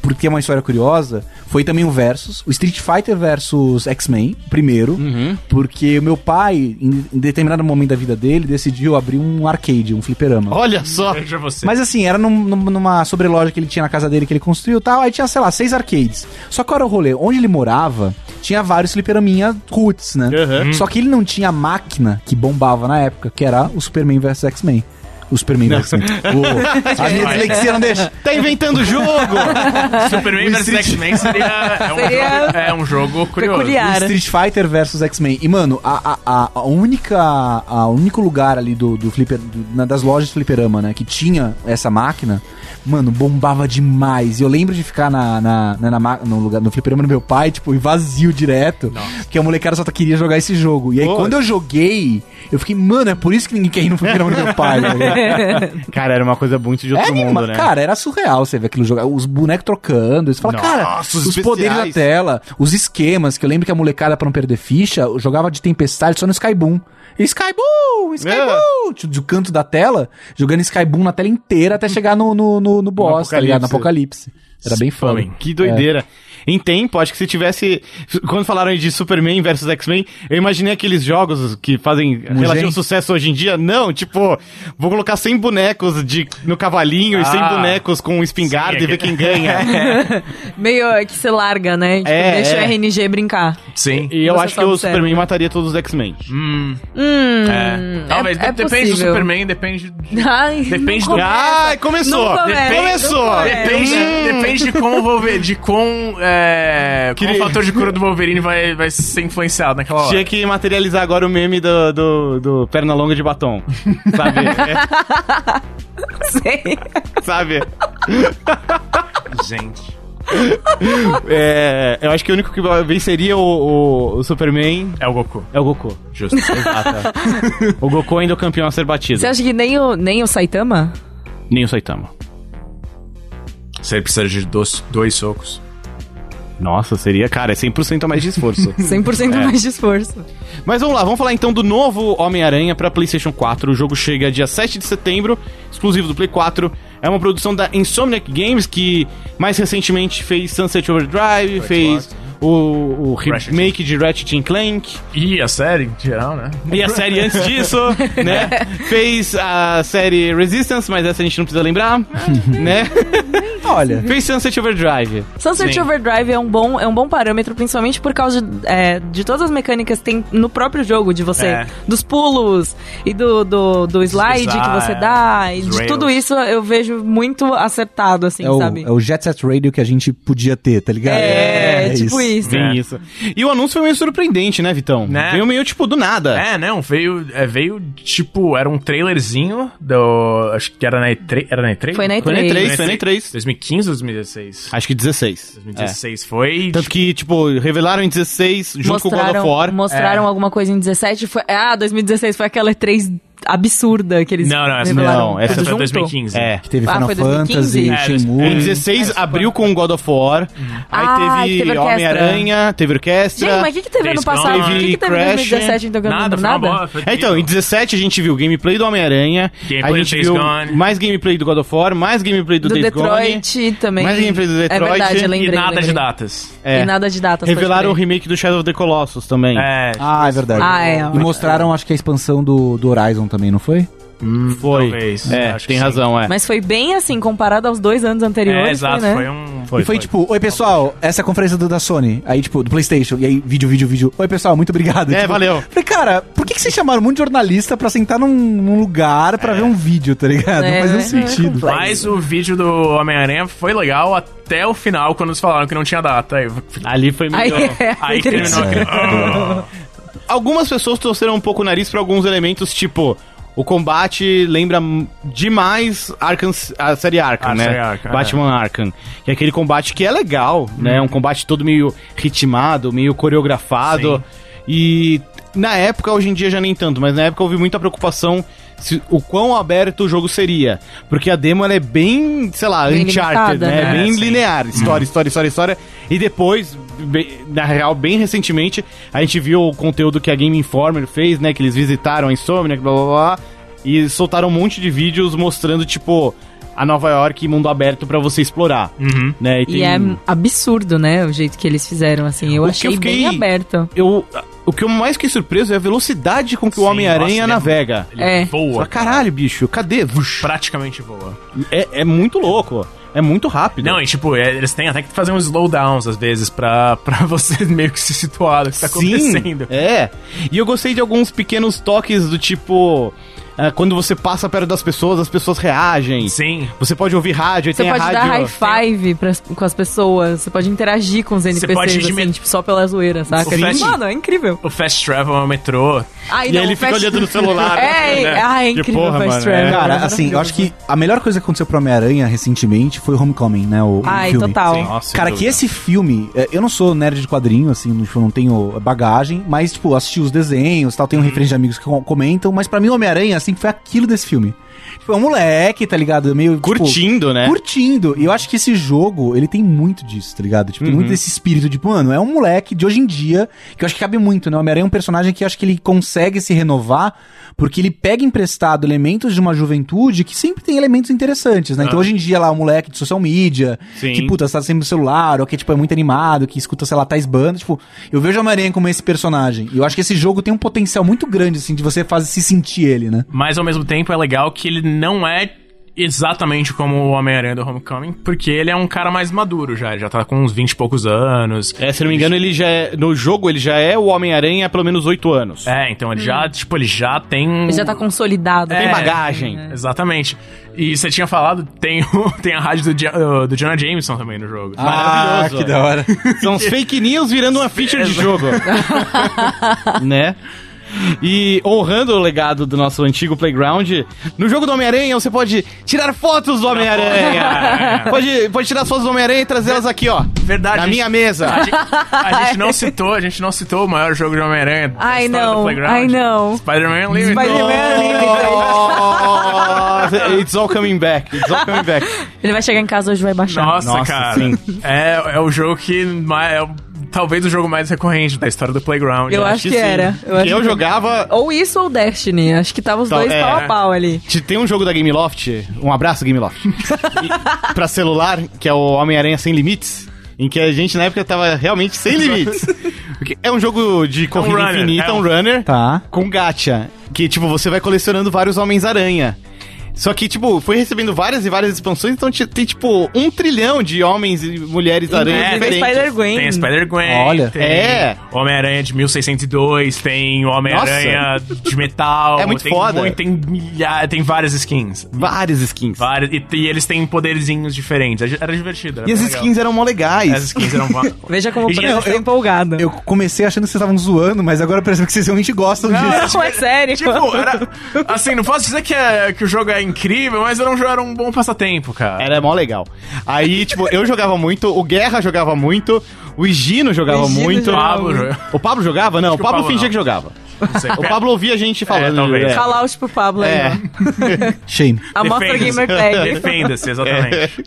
S4: porque é uma história curiosa, foi também o Versus, o Street Fighter versus X-Men, primeiro.
S1: Uhum.
S4: Porque o meu pai, em em determinado momento da vida dele, decidiu abrir um arcade, um fliperama.
S1: Olha só.
S3: Veja você.
S4: Mas assim, era num- num- numa sobreloja que ele tinha na casa dele que ele construiu e tal. Aí tinha, sei lá, seis arcades. Só que era o rolê. Onde ele morava, tinha vários fliperaminha roots, né?
S1: Uhum.
S4: Só que ele não tinha a máquina que bombava na época, que era o Superman vs X-Men. O Superman vs X-Men. O- A minha dislexia não deixa.
S1: Tá inventando o jogo!
S3: Superman
S4: O
S3: vs
S4: Street-
S3: X-Men seria. É um,
S2: Seria
S3: jogo, é um jogo curioso.
S2: peculiar.
S4: O
S2: Cara.
S4: Street Fighter versus X-Men. E, mano, a, a, a única. A único lugar ali do, do flipper, do- na- das lojas de fliperama, né? Que tinha essa máquina, mano, bombava demais. E eu lembro de ficar na, na, né, na- na ma- no, lugar, no fliperama do meu pai, tipo, e vazio direto. Porque a molecada só tá, queria jogar esse jogo. E aí,
S1: Pô.
S4: quando eu joguei, eu fiquei, mano, é por isso que ninguém quer ir no fliperama do meu pai, tá ligado?
S1: Cara, era uma coisa muito de
S4: É
S1: outro
S4: anima-
S1: mundo, né?
S4: Cara, era surreal você ver aquilo jogar. Os bonecos trocando. Você fala,
S1: Nossa,
S4: cara,
S1: os
S4: os,
S1: especiais.
S4: poderes da tela, os esquemas, que eu lembro que a molecada, pra não perder ficha, jogava de tempestade só no Skyboom.
S1: É.
S4: Skyboom! Skyboom! Tipo, Do canto da tela, jogando Skyboom na tela inteira até chegar no, no, no, no boss, tá ligado? No apocalipse. Era bem foda.
S3: Spamming.
S1: Que doideira. Em tempo, acho que se tivesse. Quando falaram aí de Superman versus X-Men, eu imaginei aqueles jogos que fazem relativo sucesso hoje em dia. Não, tipo, vou colocar 100 bonecos de, no cavalinho e 100
S3: Ah.
S1: bonecos com um espingarda
S3: Sim,
S1: e ver
S3: é que-
S1: quem ganha.
S2: Meio que se larga, né? Tipo,
S1: É,
S2: deixa
S1: é.
S2: o RNG brincar.
S3: Sim.
S1: E eu
S2: Você
S1: acho que
S2: sobe
S1: o
S2: o cérebro.
S1: Superman mataria todos os X-Men.
S3: Hum,
S2: Hum,
S3: é. Talvez.
S2: é
S3: de- depende do
S2: possível.
S3: Superman, depende. de-
S2: Ai,
S3: Depende
S2: não
S3: do-
S1: Ai, começou!
S2: Não começa,
S1: Depende-
S2: não
S1: começou!
S2: começa.
S3: Depende,
S1: Hum.
S3: depende de como o Wolverine. De quão. É, como
S1: Queria-
S3: o fator de cura do Wolverine vai, vai ser influenciado naquela hora.
S1: Tinha que materializar agora o meme do, do, do perna longa de batom. Sabe? É,
S2: sei.
S1: sabe?
S3: Gente.
S1: É, eu acho que o único que venceria o, o- o Superman
S3: É o Goku.
S1: é o Goku.
S3: Justo.
S1: O Goku ainda é o campeão a ser batido.
S2: Você acha que nem o, nem o Saitama?
S1: Nem o Saitama.
S3: Se ele precisa de dois, dois socos.
S1: Nossa, seria, cara, é 100% a mais de esforço.
S2: 100%
S1: É.
S2: mais de esforço.
S1: Mas vamos lá, vamos falar então do novo Homem-Aranha pra PlayStation 4. O jogo chega dia 7 de setembro, exclusivo do Play 4. É uma produção da Insomniac Games, que mais recentemente fez Sunset Overdrive, fez o, o
S3: Ratchet.
S1: remake de Ratchet and Clank.
S3: E a série, em geral, né?
S1: E a série antes disso, né? Fez a série Resistance, mas essa a gente não precisa lembrar, né?
S4: Olha.
S1: Fez Sunset Overdrive.
S2: Sunset
S3: Sim.
S2: Overdrive é um, bom, é um bom parâmetro, principalmente por causa de, é, de todas as mecânicas que tem no próprio jogo, de você,
S3: É.
S2: dos pulos e do, do, do slide que você dá, e
S3: Os
S2: de
S3: ah, rails.
S2: tudo isso eu vejo muito acertado, assim,
S4: É o,
S2: sabe?
S4: é o Jet Set Radio que a gente podia ter, tá ligado?
S2: É, tipo isso.
S1: Tem
S3: É.
S1: isso. E o anúncio foi meio surpreendente, né, Vitão?
S3: Né?
S1: Veio meio, tipo, do nada.
S3: É, não, veio, é, veio tipo, era um trailerzinho do. Acho que era na E3. Era na E3?
S2: Foi na E3.
S1: Foi na E3, foi na
S3: E3.
S1: E3.
S3: 2015 ou 2016?
S1: Acho que 16. É.
S3: 2016 foi.
S1: Tanto que, tipo, revelaram em 16, junto com o God
S3: É.
S2: mostraram
S1: of War.
S2: mostraram alguma coisa em 17. Foi, ah, 2016 foi aquela E3 absurda que eles
S3: Não, não, essa foi-
S2: revelaram.
S1: não, essa
S3: Essa foi
S2: Juntou.
S3: 2015.
S1: É.
S4: Que teve
S2: Ah,
S4: Final
S2: foi
S4: Fantasy,
S2: 2015?
S3: É,
S4: Shenmue.
S1: Em 16
S2: Essa
S1: abriu com God of War, aí
S2: É. Ah,
S1: teve,
S2: teve orquestra.
S1: Homem-Aranha, teve orquestra.
S2: Gente, mas o que, que teve ano
S3: Days
S2: passado? O
S3: Gone,
S2: que, que teve em
S1: Crash.
S2: 2017 então que eu não
S3: Nada,
S2: lembro
S3: foi uma
S2: nada?
S3: bola. foi tipo,
S1: É, então, em
S3: incrível.
S1: 17 a gente viu gameplay do Homem-Aranha,
S3: Gameplay
S1: a
S3: do
S1: gente
S3: Days
S1: viu
S3: Gone.
S1: mais gameplay do God of War, mais gameplay do,
S2: Do
S1: Days
S2: Detroit também.
S1: Mais gameplay do
S2: É
S1: Detroit.
S2: verdade, eu lembrei.
S3: E nada
S2: lembrei.
S3: de datas.
S1: Gone. É.
S2: E nada de datas. pode
S1: Revelaram o
S2: crer.
S1: remake do Shadow of the Colossus também.
S3: É.
S4: Ah, é verdade.
S2: Ah, é.
S4: E mostraram, acho que a expansão do, do Horizon também, não foi?
S1: Foi.
S3: talvez,
S1: é,
S3: acho
S1: tem
S3: que sim.
S1: razão, é.
S2: Mas foi bem assim, comparado aos dois anos anteriores.
S3: É, exato,
S2: foi, né?
S3: foi um.
S1: Foi,
S4: e foi, tipo, oi pessoal, essa é a conferência do, da Sony. Aí, tipo, do PlayStation. E aí, vídeo, vídeo, vídeo. Oi pessoal, muito obrigado.
S1: É,
S4: Tipo,
S1: valeu.
S4: Falei, cara, por que, que vocês chamaram muito jornalista pra sentar num, num lugar
S1: É.
S4: pra ver um vídeo, tá ligado?
S2: É,
S4: não faz nenhum
S2: né? É
S4: sentido.
S2: complexo.
S3: Mas o vídeo do Homem-Aranha foi legal até o final, quando eles falaram que não tinha data. Aí,
S1: Ali foi
S2: Aí,
S1: melhor.
S2: é,
S3: aí
S2: aquele
S3: terminou
S2: dia.
S3: aquele.
S1: Ah. Algumas pessoas torceram um pouco o nariz pra alguns elementos, tipo... O combate lembra m- demais Arkham, a série Arkham,
S3: A
S1: né?
S3: série Arkham,
S1: Batman Arkham. Que é aquele combate que é legal, né? Um combate todo meio ritmado, meio coreografado. E na época, hoje em dia já nem tanto, mas na época houve muita preocupação se, o quão aberto o jogo seria. Porque a demo ela é bem, sei lá,
S2: Bem
S1: Uncharted,
S2: limitada,
S1: né?
S2: né?
S1: Bem
S3: Sim. Uhum.
S1: linear. História, história, história, história. E depois, bem- na real, bem recentemente, a gente viu o conteúdo que a Game Informer fez, né? Que eles visitaram a Insomniac, blá blá blá. E soltaram um monte de vídeos mostrando, tipo, a Nova York e mundo aberto pra você explorar.
S3: Uhum.
S1: Né?
S2: E
S1: tem-
S2: é absurdo, né? O jeito que eles fizeram, assim. Eu
S1: O que
S2: achei
S1: eu fiquei-
S2: bem aberto.
S1: eu, o que eu mais fiquei surpreso é a velocidade com que o
S3: Sim,
S1: Homem-Aranha
S3: nossa, né?
S1: navega.
S3: Ele
S2: É.
S1: Fala,
S3: voa.
S1: caralho, bicho, cadê? Vush.
S3: Praticamente voa.
S1: É, é muito louco. É muito rápido.
S3: Não, e tipo, é, eles têm até que fazer uns slowdowns às vezes pra, pra você meio que se situar do que tá acontecendo.
S1: É. E eu gostei de alguns pequenos toques do tipo. ah, quando você passa perto das pessoas, as pessoas reagem.
S3: Sim.
S1: Você pode ouvir rádio, aí
S2: Você
S1: tem
S2: pode
S1: a
S2: dar high
S1: rádio.
S2: five pras- com as pessoas, você pode interagir com os NPCs,
S3: pode
S2: assim,
S3: diminuir-
S2: tipo, só pela zoeira, saca?
S3: Sim.
S2: Tipo, Mano, é incrível.
S3: O fast travel ao metrô.
S2: Ah,
S1: E
S2: não,
S1: aí ele
S2: o
S1: fica
S2: fast-
S1: olhando no celular,
S2: É,
S1: né?
S2: ah, é
S1: Que
S2: incrível
S1: porra,
S2: o Fast
S1: mano,
S2: Travel.
S1: é.
S4: Cara, assim, eu acho que a melhor coisa que aconteceu pro Homem-Aranha recentemente foi o Homecoming, né? O, o
S2: Ai,
S4: filme.
S2: total.
S1: Nossa,
S4: Cara, que esse filme, é, eu não sou nerd de quadrinho, assim, não- tipo, não tenho bagagem, mas, tipo, assisti os desenhos tal, tenho
S1: Uhum.
S4: referência de amigos que com- comentam, mas pra mim o Homem-Aranha, assim, foi aquilo desse filme. Tipo, é um moleque, tá ligado? Meio. tipo,
S1: Curtindo, né?
S4: Curtindo. E eu acho que esse jogo, ele tem muito disso, tá ligado? Tipo,
S1: Uhum.
S4: tem muito desse espírito de, mano, é um moleque de hoje em dia, que eu acho que cabe muito, né? O Homem-Aranha é um personagem que eu acho que ele consegue se renovar, porque ele pega emprestado elementos de uma juventude que sempre tem elementos interessantes, né? Então hoje em dia lá, o moleque de social media,
S1: Ah. Sim.
S4: que puta, tá sempre no celular, ou que tipo, é muito animado, que escuta, sei lá, tais bandas, tipo, eu vejo o Homem-Aranha como esse personagem. E eu acho que esse jogo tem um potencial muito grande, assim, de você fazer se sentir ele, né?
S3: Mas ao mesmo tempo é legal que ele não é exatamente como o Homem-Aranha do Homecoming, porque ele é um cara mais maduro já. Ele já tá com uns 20 e poucos anos.
S1: É, se não me engano, ele já é. No jogo, ele já é o Homem-Aranha há pelo menos 8 anos.
S3: É, então ele
S4: Hum.
S3: já, tipo, ele já tem.
S2: Ele já tá consolidado.
S3: Tem
S1: Tem
S3: é.
S1: bagagem.
S3: Exatamente. E você tinha falado, tem, o- tem a rádio do, Ja- uh, do Jonah Jameson também no jogo.
S1: Maravilhoso.
S4: Ah, que da hora.
S1: São os fake news virando uma feature de jogo. né? E honrando o legado do nosso antigo playground, no jogo do Homem-Aranha você pode tirar fotos do Homem-Aranha. pode, pode tirar as fotos do Homem-Aranha e trazê-las aqui, ó.
S3: Verdade.
S1: Na
S3: gente-
S1: minha mesa.
S3: A gente, a gente não citou, a gente não citou o maior jogo de Homem-Aranha da
S2: Ai,
S3: história do
S2: não.
S3: Playground.
S2: Ai, não.
S3: Spider-Man é um Unlimited.
S2: Spider-Man
S1: Nossa, Oh, It's all coming back. It's all coming back.
S2: Ele vai chegar em casa hoje e vai baixar.
S3: Nossa,
S1: Nossa,
S3: cara.
S1: sim.
S3: É, é o jogo que. ma- É, o- talvez o jogo mais recorrente da história do Playground.
S2: Eu acho-
S1: Acho
S2: que
S1: sim.
S2: era. Eu
S1: Eu,
S2: acho que-
S1: jogava.
S2: Ou isso ou Destiny. Acho que tava os
S1: Tal-
S2: dois
S1: é.
S2: pau a pau ali.
S1: Tem um jogo da Gameloft, um abraço Gameloft, e- pra celular, que é o Homem-Aranha Sem Limites, em que a gente na época tava realmente sem limites. Porque é um jogo de corrida
S3: runner,
S1: infinita,
S3: é um-
S1: um runner,
S4: Tá.
S1: com gacha, que tipo, você vai colecionando vários Homens-Aranha. Só que, tipo, foi recebendo várias e várias expansões, então ti- tem, tipo, um trilhão de homens e mulheres
S3: é,
S1: aranha
S2: Inclusive,
S1: diferentes.
S2: Spider-Gwen.
S3: Tem Spider-Gwen.
S4: Olha.
S3: tem
S1: É.
S3: Homem-Aranha de 1602. Tem Homem-Aranha de metal.
S1: É muito
S3: tem
S1: foda.
S3: muito- tem milhares. Tem várias skins.
S1: Várias skins.
S3: Várias, e, e eles têm poderzinhos diferentes. Era divertido. Era
S1: E as
S3: bem legal.
S1: skins eram mó legais.
S3: As skins eram.
S2: Veja como o
S3: E-
S2: Brasil tá empolgado.
S4: Eu comecei achando que vocês estavam zoando, mas agora percebo que vocês realmente gostam
S1: Ah.
S4: disso.
S2: Não, é sério.
S3: Tipo, era, assim, não posso dizer que, é- que o jogo é incrível, mas era um, jogo- era um bom passatempo, cara.
S1: Era mó legal. Aí, tipo, eu jogava muito, o Guerra jogava muito, o Higino jogava
S2: O Higino
S1: muito.
S2: jogava.
S3: Pablo,
S1: O Pablo jogava? Não, o
S3: que o
S1: Pablo
S3: Pablo
S1: fingia
S3: não.
S1: que jogava.
S3: Não sei.
S1: O Pablo ouvia a gente falando.
S3: talvez.
S1: né?
S2: Falar pro Pablo aí,
S1: É.
S2: ó.
S4: Shame.
S2: A Mostra
S3: Defenda-se.
S2: Gamer Tag.
S3: Defenda-se, exatamente.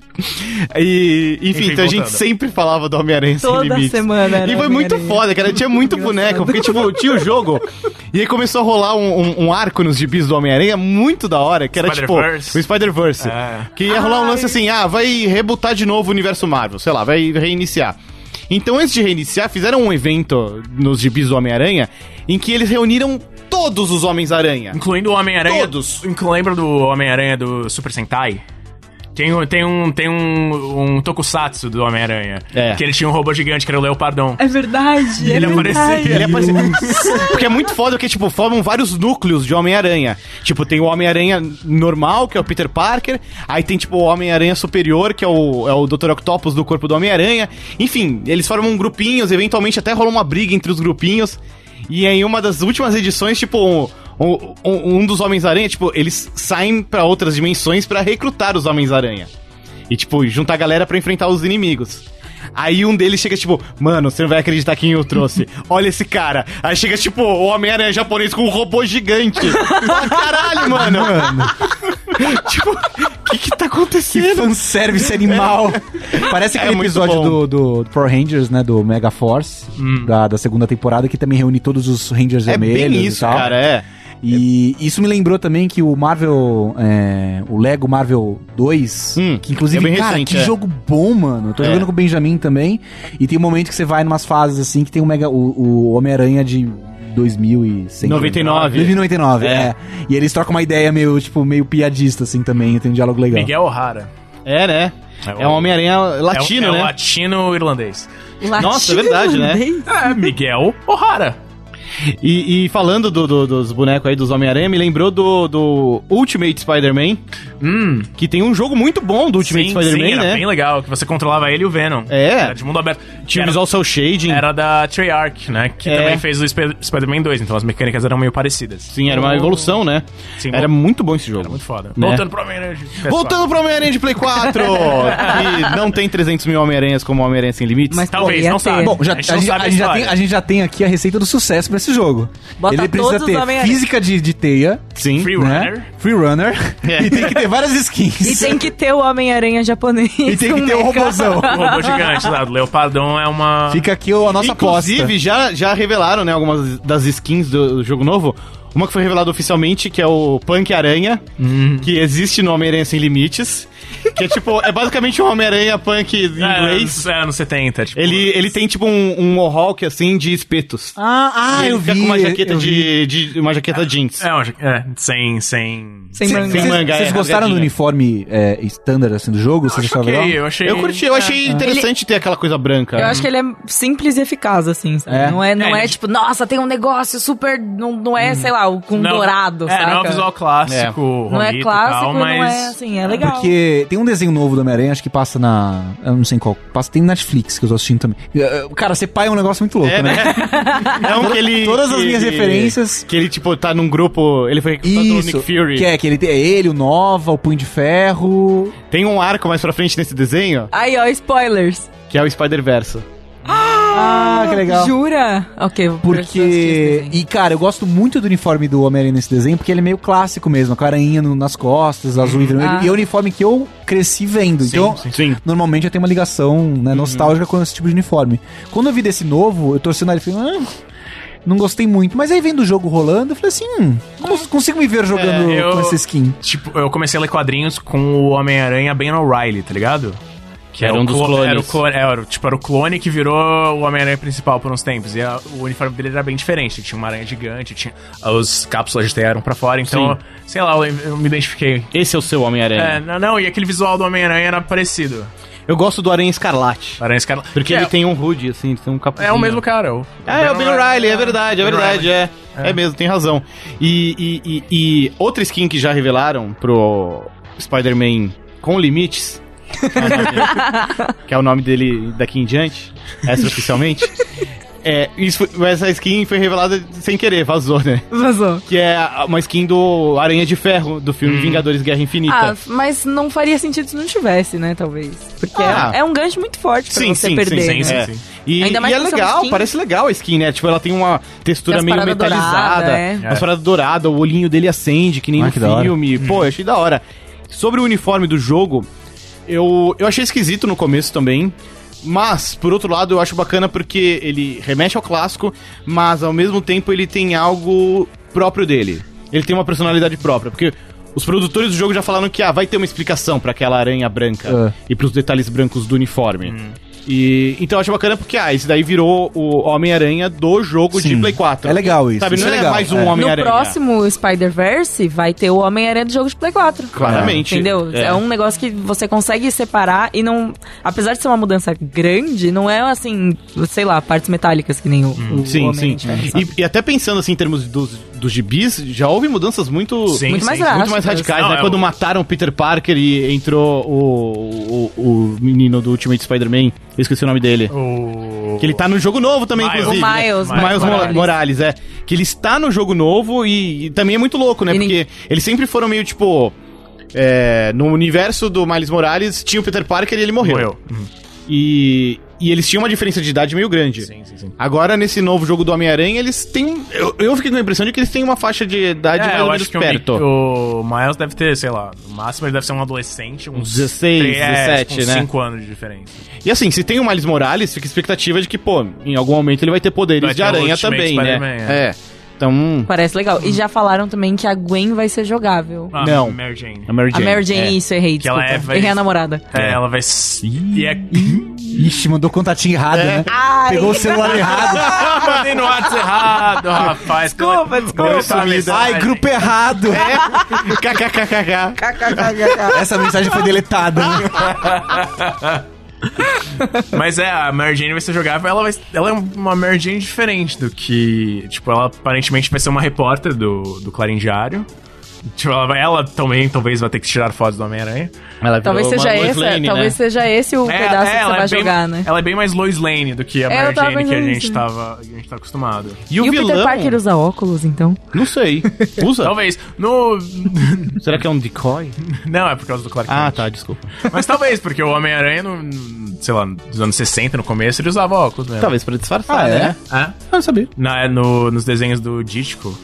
S1: E, enfim,
S3: Enfim,
S1: então a gente
S3: voltando.
S1: sempre falava do Homem-Aranha sem
S2: Toda
S1: limites.
S2: semana. era
S1: E foi muito
S2: Homem-Aranha.
S1: foda, cara. Tinha muito boneco, porque, tipo, tinha o jogo. E aí começou a rolar um, um- um arco nos gibis do Homem-Aranha muito da hora, que era tipo
S3: Spider-Verse.
S1: o Spider-Verse.
S3: Ah.
S1: Que ia rolar um lance assim: ah, vai rebutar de novo o universo Marvel, sei lá, vai reiniciar. Então, antes de reiniciar, fizeram um evento nos gibis do Homem-Aranha em que eles reuniram todos os Homens-Aranha.
S3: Incluindo o Homem-Aranha.
S1: Todos.
S3: Inclu- Lembra do Homem-Aranha do Super Sentai? Tem, um- tem um tem um, um tokusatsu do Homem-Aranha.
S1: É.
S3: Que ele tinha um robô gigante que era o Leopardon.
S2: É verdade.
S3: Ele
S2: é
S3: apareceu.
S2: verdade.
S1: Ele aparece... Porque é muito foda que, tipo, formam vários núcleos de Homem-Aranha. Tipo, tem o Homem-Aranha normal, que é o Peter Parker. Aí tem, tipo, o Homem-Aranha superior, que é o, é o Dr. Octopus do corpo do Homem-Aranha. Enfim, eles formam grupinhos, eventualmente até rola uma briga entre os grupinhos. E em uma das últimas edições, tipo, um, um- um- um dos Homens-Aranha, tipo, eles saem pra outras dimensões pra recrutar os Homens-Aranha. E, tipo, juntar a galera pra enfrentar os inimigos. Aí um deles chega, tipo, mano, você não vai acreditar quem eu trouxe. Olha esse cara. Aí chega, tipo, o Homem-Aranha japonês com um robô gigante. Fala, Caralho, mano. tipo, o que que tá
S4: Que
S1: acontecendo?
S4: fanservice animal. Parece
S1: É
S4: aquele
S1: muito
S4: episódio
S1: bom. Hum.
S4: do, do Power Rangers, né? Do Mega Force, da, da segunda temporada, que também reúne todos os Rangers
S1: É
S4: vermelhos
S1: bem
S4: e
S1: isso,
S4: tal.
S1: cara, é.
S4: E isso me lembrou também que o Marvel. é, o Lego Marvel 2,
S1: Hum,
S4: que
S1: é
S4: inclusive,
S1: bem
S4: cara,
S1: recente,
S4: que
S1: é.
S4: jogo bom, mano. Eu Tô
S1: É.
S4: jogando com o Benjamin também. E tem um momento que você vai em umas fases assim que tem o, Mega, o, o Homem-Aranha de 2100.
S1: 99.
S4: 2099, é.
S1: É.
S4: E eles trocam uma ideia meio, tipo, meio piadista, assim, também. Tem um diálogo legal.
S3: Miguel O'Hara.
S1: É, né? É um Homem-Aranha latino,
S3: é um, É um
S1: né?
S3: latino-irlandês.
S1: Nossa, é
S2: Latino
S1: verdade, né?
S2: irlandês?
S3: É, Miguel O'Hara.
S1: E, e falando do- do- dos bonecos aí dos Homem-Aranha, me lembrou do, do Ultimate Spider-Man,
S3: Hum,
S1: que tem um jogo muito bom do Ultimate
S3: sim, sim,
S1: Spider-Man,
S3: era
S1: né?
S3: bem legal, que você controlava ele e o Venom.
S1: É.
S3: Era de mundo aberto.
S1: Tinha
S3: Era-
S1: visual cel shading.
S3: Era da Treyarch, né? Que
S1: É.
S3: também fez o Sp- Spider-Man 2, então as mecânicas eram meio parecidas.
S1: Sim, era uma evolução, né?
S3: Sim,
S1: era
S3: bom.
S1: muito bom esse jogo.
S3: Era muito foda.
S1: Né?
S3: Voltando pro Homem-Aranha. pessoal.
S1: Voltando pro Homem-Aranha de Play 4, que não tem 300 mil Homem-Aranhas como Homem-Aranha Sem Limites.
S4: tá
S2: Mas-
S3: Talvez,
S2: Bom,
S3: não
S2: ia
S3: sabe.
S2: ter.
S4: Bom, já, a,
S3: a gente não
S4: gente,
S3: sabe
S4: a gente já tem,
S3: história.
S4: a gente já tem aqui a receita do sucesso pra esse jogo.
S2: Bota
S4: Ele precisa
S2: todos os
S4: ter
S2: Homem-Aranha.
S4: física de, de teia,
S1: Sim.
S3: Free
S4: né?
S3: Runner.
S4: Free runner.
S1: É.
S4: E tem que ter várias skins.
S2: E tem que ter o Homem-Aranha japonês.
S4: E tem que
S2: um
S4: ter o
S2: mecha.
S4: robôzão.
S3: O robô gigante lá do Leopardon é uma.
S4: Fica aqui a nossa
S1: Inclusive,
S4: aposta.
S1: já, já revelaram, né, algumas das skins do jogo novo. Uma que foi revelada oficialmente, que é o Punk Aranha,
S3: Uhum.
S1: que existe no Homem-Aranha Sem Limites. Que é tipo, é basicamente um Homem-Aranha punk em
S3: É,
S1: inglês.
S3: É, anos 70. Tipo,
S1: Ele, ele tem tipo um, um mohawk, assim, de espetos.
S4: Ah,
S1: E
S4: ah,
S1: ele
S4: eu vi.
S1: fica com uma jaqueta,
S4: eu vi.
S1: de, de- uma jaqueta jeans.
S3: É, um- é, sem. Sem.
S2: Sem manga.
S1: Sem manga,
S4: Vocês
S1: é,
S4: gostaram do
S1: rasgadinha.
S4: uniforme é, standard assim, do jogo? Vocês acharam legal?
S3: Ok, eu achei.
S1: Eu curti, eu achei interessante ter aquela coisa branca.
S2: Eu acho que ele é simples e eficaz, assim, sabe?
S4: É.
S2: Não é, não
S3: É,
S2: é,
S3: ele-
S2: tipo, nossa, tem um negócio super. Não, não é, sei lá, o com
S3: Não-
S2: dourado,
S3: é,
S2: sabe?
S3: não é um visual clássico,
S2: Não é
S3: bonito e
S2: clássico,
S3: tal,
S2: não
S3: mas.
S2: é assim, é legal.
S4: Porque tem um desenho novo do Homem-Aranha, acho que passa na. Eu não sei em qual. Passa, tem Netflix que eu tô assistindo também. Eh, eh, Cara, ser pai é um negócio muito louco,
S1: É,
S4: né?
S1: né? É um que ele,
S4: Todas as
S1: que-
S4: minhas
S1: que-
S4: referências.
S1: Que ele, tipo, tá num grupo. Ele foi recrutado pelo
S4: Isso.
S1: Nick Fury.
S4: Que é, que ele tem, é ele, o Nova, o Punho de Ferro.
S1: Tem um arco mais pra frente nesse desenho,
S2: Aí, ó, spoilers.
S1: que é o Spider-Verso.
S4: Ah, que legal.
S2: Jura? Ok, vou
S4: Porque. E, cara, eu gosto muito do uniforme do Homem-Aranha nesse desenho, porque ele é meio clássico mesmo. Com a aranha no- nas costas,
S3: Uhum.
S4: azul e vermelho.
S2: Ah.
S4: E é o uniforme que eu cresci vendo. então,
S1: Sim.
S4: normalmente eu tenho uma ligação né,
S3: Uhum.
S4: nostálgica com esse tipo de uniforme. Quando eu vi desse novo, eu torci o nariz e falei, ah, não gostei muito. Mas aí vendo o jogo rolando, eu falei assim, hum, cons- consigo me ver jogando
S3: É, eu-
S4: com essa skin.
S3: Tipo, eu comecei a ler quadrinhos com o Homem-Aranha Ben O'Reilly, tá ligado? Que
S1: Era
S3: o
S1: um dos
S3: clone-
S1: clones.
S3: Era o clone, é, era o- tipo, era o clone que virou o Homem-Aranha principal por uns tempos. E a- o uniforme dele era bem diferente. Tinha uma aranha gigante, tinha, os cápsulas de teia eram pra fora. Então,
S1: Sim.
S3: sei lá, eu, eu me identifiquei.
S1: Esse é o seu
S3: É,
S1: Homem-Aranha.
S3: não, não, e aquele visual do Homem-Aranha era parecido.
S1: Eu gosto do Aranha Escarlate.
S3: Aranha Escarla-
S1: Porque
S3: que
S1: ele
S3: é,
S1: tem um hood, assim, tem um capuzinho.
S3: É o mesmo cara. O
S1: Ah, é o Ben Riley, é verdade, é
S3: Ben
S1: verdade,
S3: Reilly.
S1: é. É mesmo, tem razão. E, e, e, e outra skin que já revelaram pro Spider-Man com limites, que é o nome dele daqui em diante, essa oficialmente. É, isso, foi- essa skin foi revelada sem querer, vazou, né?
S2: Vazou.
S1: Que é a- uma skin do Aranha de Ferro, do filme Vingadores Guerra
S2: Ah,
S1: Infinita.
S2: mas não faria sentido se não tivesse, né, talvez. Porque
S1: Ah.
S2: é, é um gancho muito forte pra
S1: Sim,
S2: você
S1: sim,
S2: perder.
S1: sim,
S2: né?
S1: sim,
S3: né?
S1: sim. E,
S2: Ainda mais
S1: e é
S2: por ser uma
S1: legal,
S2: skin.
S1: parece legal a skin, né? Tipo, ela tem uma textura
S2: Tem as
S1: meio
S2: paradas
S1: metalizada,
S2: douradas, é.
S1: as paradas douradas, o olhinho dele acende, que nem
S4: Ah,
S1: no
S4: que da hora.
S1: filme. Pô, eu achei da hora. Sobre o uniforme do jogo, eu, eu achei esquisito no começo também. Mas, por outro lado, eu acho bacana porque ele remete ao clássico, mas ao mesmo tempo ele tem algo próprio dele. Ele tem uma personalidade própria, porque os produtores do jogo já falaram que ah, vai ter uma explicação pra aquela aranha branca
S4: Ah.
S1: e pros detalhes brancos do uniforme. E então eu acho bacana porque ah, esse daí virou o Homem-Aranha do jogo de
S4: Sim.
S1: Play 4.
S4: É legal isso,
S1: Sabe,
S4: isso
S1: não
S4: é
S1: é,
S4: legal,
S1: mais um
S4: é.
S2: No
S1: Homem-Aranha.
S2: próximo Spider-Verse vai ter o Homem-Aranha do jogo de Play 4.
S1: Claramente.
S2: Entendeu?
S1: É.
S2: É. um negócio que você consegue separar e não. Apesar de ser uma mudança grande, não é assim, sei lá, partes metálicas que nem o. o
S1: Hum, Sim, sim.
S2: Homem-Aranha tiver, sabe?
S1: E, e até pensando assim em termos dos, dos gibis, já houve mudanças muito
S3: Sim,
S2: Muito mais
S3: sim.
S2: drásticas.
S1: muito mais radicais,
S3: Não,
S1: né?
S3: é
S1: Quando
S3: o-
S1: mataram o Peter Parker e entrou o, o, o menino do Ultimate Spider-Man, eu esqueci o nome dele.
S3: O...
S1: Que ele tá no jogo novo também,
S3: Miles.
S1: inclusive.
S2: O
S1: né?
S2: Miles,
S1: Miles
S2: Miles
S1: Mora- Morales.
S2: Morales.
S1: é. Que ele está no jogo novo e, e também é muito louco, né?
S2: E
S1: Porque
S2: ninguém-
S1: eles sempre foram meio tipo. é, no universo do Miles Morales tinha o Peter Parker e ele morreu.
S3: morreu.
S1: E, e eles tinham uma diferença de idade meio grande.
S3: Sim, sim, sim.
S1: Agora, nesse novo jogo do Homem-Aranha, eles têm. um- Eu, eu fiquei com a impressão de que eles têm uma faixa de
S3: É,
S1: idade mais ou menos
S3: o Mi-
S1: perto.
S3: O, Miles deve ter, sei lá, no máximo ele deve ser um adolescente, uns
S1: 16,
S3: tre- é,
S1: 17,
S3: tipo, uns
S1: né?
S3: 5 anos de diferença.
S1: E assim, se tem o Miles Morales, fica a expectativa de que, pô, em algum momento ele vai ter poderes
S3: Vai
S1: de
S3: ter o
S1: aranha
S3: Ultimate
S1: também,
S3: Spider-Man,
S1: né? É.
S3: é.
S1: Então. hum,
S2: Parece legal. E já falaram também que a Gwen vai ser jogável.
S3: Ah,
S1: Não.
S3: Mary Jane.
S1: A Mary
S2: a
S1: Jane.
S2: Mary Jane,
S1: é.
S2: isso, errei.
S3: Que ela
S2: Desculpa.
S3: é- vai-
S2: Errei a namorada.
S3: É, ela vai. s- E é.
S4: Ixi, mandou contatinho errado, né?
S2: Ai.
S4: Pegou o celular errado.
S3: Ah, mandei no WhatsApp errado, rapaz.
S2: Desculpa,
S3: Pela-
S2: desculpa. É.
S3: Deu essa tá mensagem.
S4: Ai, grupo errado.
S1: KKKKK.
S4: Essa mensagem foi deletada. né?
S3: Mas é, a Mary Jane vai ser jogável. Ela, vai, ela é uma Mary Jane diferente do que. Tipo, ela aparentemente vai ser uma repórter do, do Clarim Diário. Tipo, ela, vai- ela também talvez vai ter que tirar fotos do Homem-Aranha.
S1: Ela
S2: Talvez
S1: virou
S2: seja
S1: uma Lois
S2: esse,
S1: Lane,
S2: talvez
S1: né?
S2: seja esse o um pedaço que
S3: É, ela
S2: você vai
S3: bem-
S2: jogar, né?
S3: Ela é bem mais Lois Lane do que a
S2: É, eu
S3: Mary
S2: tava
S3: Jane que a
S2: pensando
S3: gente,
S2: isso.
S3: tava, a gente tá acostumado.
S1: E o,
S2: E o
S1: vilão?
S2: Peter Parker usa óculos, então?
S1: Não sei. Usa?
S3: Talvez. No.
S1: Será que é um decoy?
S3: Não, é por causa do Clark
S1: Ah,
S3: Kent.
S1: tá, desculpa.
S3: Mas talvez, porque o Homem-Aranha, no- no- sei lá, nos anos 60, no começo, ele usava óculos mesmo.
S1: Talvez pra disfarçar,
S4: Ah, é?
S1: né?
S3: É.
S1: Ah, não sabia.
S3: Na, no- nos desenhos do Ditko,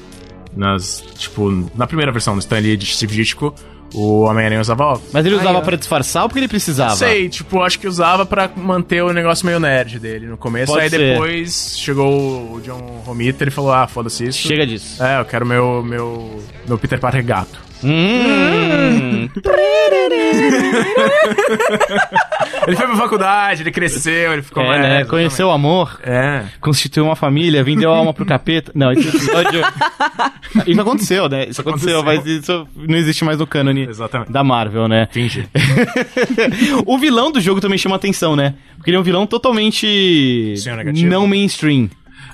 S3: nas, tipo, na primeira versão do Stan Lee de Steve Ditko, o Homem-Aranha usava óculos.
S1: Mas ele usava
S2: ó.
S1: pra disfarçar ou porque ele precisava?
S3: Sei, tipo, acho que usava pra manter o negócio meio nerd dele no começo.
S1: Pode
S3: aí
S1: ser.
S3: depois chegou o John Romita e falou: Ah, foda-se isso.
S1: Chega disso.
S3: É, eu quero meu, meu, meu Peter Parker gato.
S1: Hum.
S3: Ele foi pra faculdade, ele cresceu, ele ficou
S1: É,
S3: mais.
S1: né?
S3: exatamente.
S1: Conheceu o amor.
S3: É.
S1: constituiu uma família, vendeu a alma pro capeta. Não, esse episódio. isso aconteceu, né? Isso aconteceu, mas isso não existe mais no cânone
S3: Exatamente.
S1: da Marvel, né?
S3: Entendi.
S1: o vilão do jogo também chama atenção, né? Porque ele é um vilão totalmente
S3: Senhor negativo.
S1: não mainstream.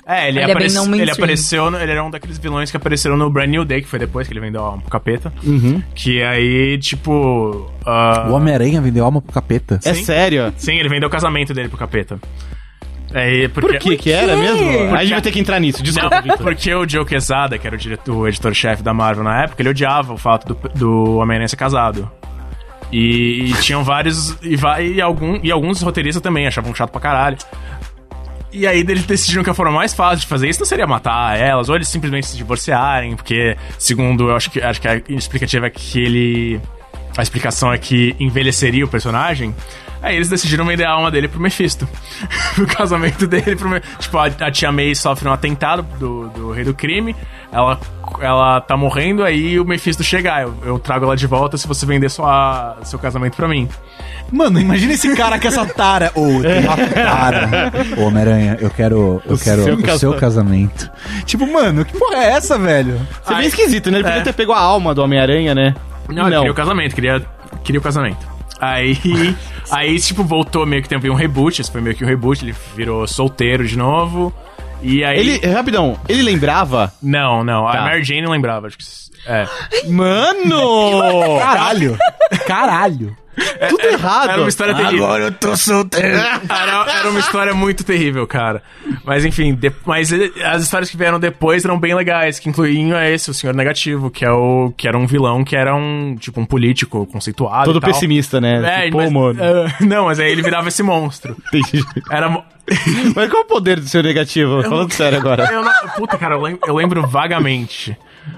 S3: É, ele,
S2: Ele é bem
S3: aparece-
S2: não
S3: ele
S2: mainstream.
S3: apareceu, no- ele era um daqueles vilões que apareceram no Brand New Day, que foi depois que ele vendeu a alma pro capeta.
S1: Uhum.
S3: Que aí, tipo. ah,
S4: O Homem-Aranha vendeu alma pro capeta.
S1: É
S3: Sim.
S1: sério?
S3: Sim, ele vendeu o casamento dele pro capeta. Aí, porque,
S1: Por que que é? era mesmo? A gente vai ter que entrar nisso, desculpa,
S3: Não,
S1: Vitor.
S3: porque o Joe Quesada, que era o, diretor- o editor-chefe da Marvel na época, ele odiava o fato do, do Homem-Aranha ser casado. E, e tinham vários. E, va- e, algum, e alguns roteiristas também achavam chato pra caralho. E aí eles decidiram que a forma mais fácil de fazer isso não seria matar elas, ou eles simplesmente se divorciarem, porque, segundo, eu acho que, acho que a explicativa é que ele. A explicação é que envelheceria o personagem. Aí eles decidiram vender a alma dele pro Mephisto. pro casamento dele pro Me- Tipo, a, a tia May sofre um atentado do, do rei do crime. Ela, ela tá morrendo, aí o Mephisto chega. "Ah, Eu, eu trago ela de volta se você vender sua, seu casamento pra mim.
S4: Mano, imagina esse cara com essa tara. Ô, tem uma tara. É. Ô, Homem-Aranha, eu quero, eu quero
S1: seu
S4: o seu casamento. Tipo, mano, que porra é essa, velho?
S1: Isso é bem esquisito, né? Ele podia ter pego a alma do Homem-Aranha, né?
S3: Não, ele queria o casamento, queria, queria o casamento. Aí, aí, tipo, voltou meio que teve um reboot, esse foi meio que um reboot, ele virou solteiro de novo. E aí.
S1: Ele, é, rapidão, ele lembrava?
S3: Não, não,
S1: Tá.
S3: a Mary Jane não lembrava. Acho que, é.
S1: Mano!
S4: Caralho. Caralho.
S1: Tudo errado.
S3: Era uma história terrível.
S4: eu tô solteiro.
S3: Era, era uma história muito terrível, cara. Mas enfim, de- mas ele- as histórias que vieram depois eram bem legais, que incluindo esse, o Senhor Negativo, que é o que era um vilão, que era um tipo um político conceituado.
S1: Todo
S3: e tal.
S1: pessimista, né?
S3: É,
S1: Tipo, Pô,
S3: mas-
S1: mano.
S3: é, não, mas aí ele virava esse monstro. Era, mo-
S1: Mas qual é o poder do seu negativo? Falando sério agora.
S3: Eu não- puta, cara, eu lem- eu lembro, vagamente.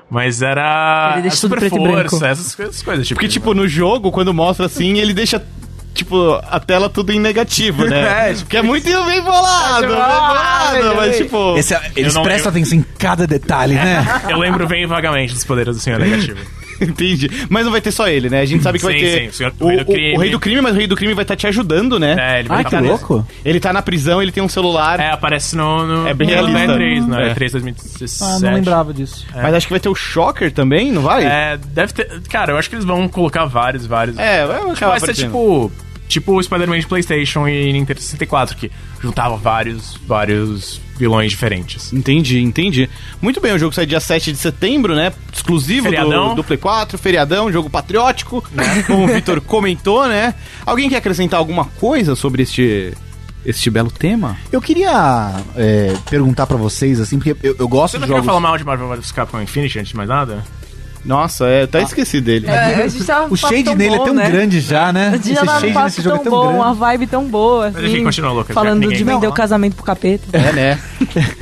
S3: Mas era.
S2: Ele deixa
S3: a
S2: tudo
S3: super
S2: preto e branco.
S3: força, essas coisas, essas coisas. Tipo,
S1: Porque, tipo, no jogo, quando mostra assim, ele deixa, tipo, a tela tudo em negativo, né?
S3: É, tipo,
S1: que é muito bem bolado, bem
S3: Ah,
S1: bolado, mas,
S3: velho.
S1: tipo...
S4: Esse é- eles
S3: Eu não-
S4: prestam
S3: eu-
S4: atenção em cada detalhe, né?
S3: eu lembro bem vagamente dos poderes do Senhor Negativo.
S1: Entendi. Mas não vai ter só ele, né? A gente sabe que vai
S3: Sim,
S1: ter
S3: sim, o senhor-
S1: o, o- o rei do crime. mas o rei do crime vai estar te ajudando, né?
S3: É, ele vai
S4: Ai,
S3: tá
S4: que
S3: nesse-
S4: louco.
S1: Ele tá na prisão, ele tem um celular,
S3: É, aparece no. no
S1: É bem
S3: no né?
S1: realista.
S3: E3, no
S1: É.
S3: E3 2017.
S4: Ah, não lembrava disso.
S1: mas acho que vai ter o Shocker também, não vai?
S3: É, deve ter. Cara, eu acho que eles vão colocar vários, vários.
S1: é vai acabar
S3: vai ser
S1: aparecendo.
S3: tipo. Tipo o Spider-Man de PlayStation e Nintendo 64, que juntava vários, vários vilões diferentes.
S1: Entendi, entendi. Muito bem, o jogo sai dia 7 de setembro, né? Exclusivo do,
S3: Feriadão.
S1: do Play 4, feriadão, jogo patriótico, como o Vitor comentou, né? Alguém quer acrescentar alguma coisa sobre este, este belo tema?
S4: Eu queria é, perguntar pra vocês, assim, porque eu, eu gosto
S3: Você
S4: de
S3: não quer
S4: jogos...
S3: falar mal de Marvel vs Capcom Infinity antes de mais nada?
S1: Nossa, é, até esqueci dele.
S2: É, a gente tá
S4: O shade nele é tão grande já, né?
S2: Dia tá um papo tão, bom, uma vibe tão boa, assim.
S3: Mas enfim, continua, Lucas, já que
S2: Falando
S3: ninguém
S2: de vender
S3: fala.
S2: o casamento pro capeta.
S1: É, né?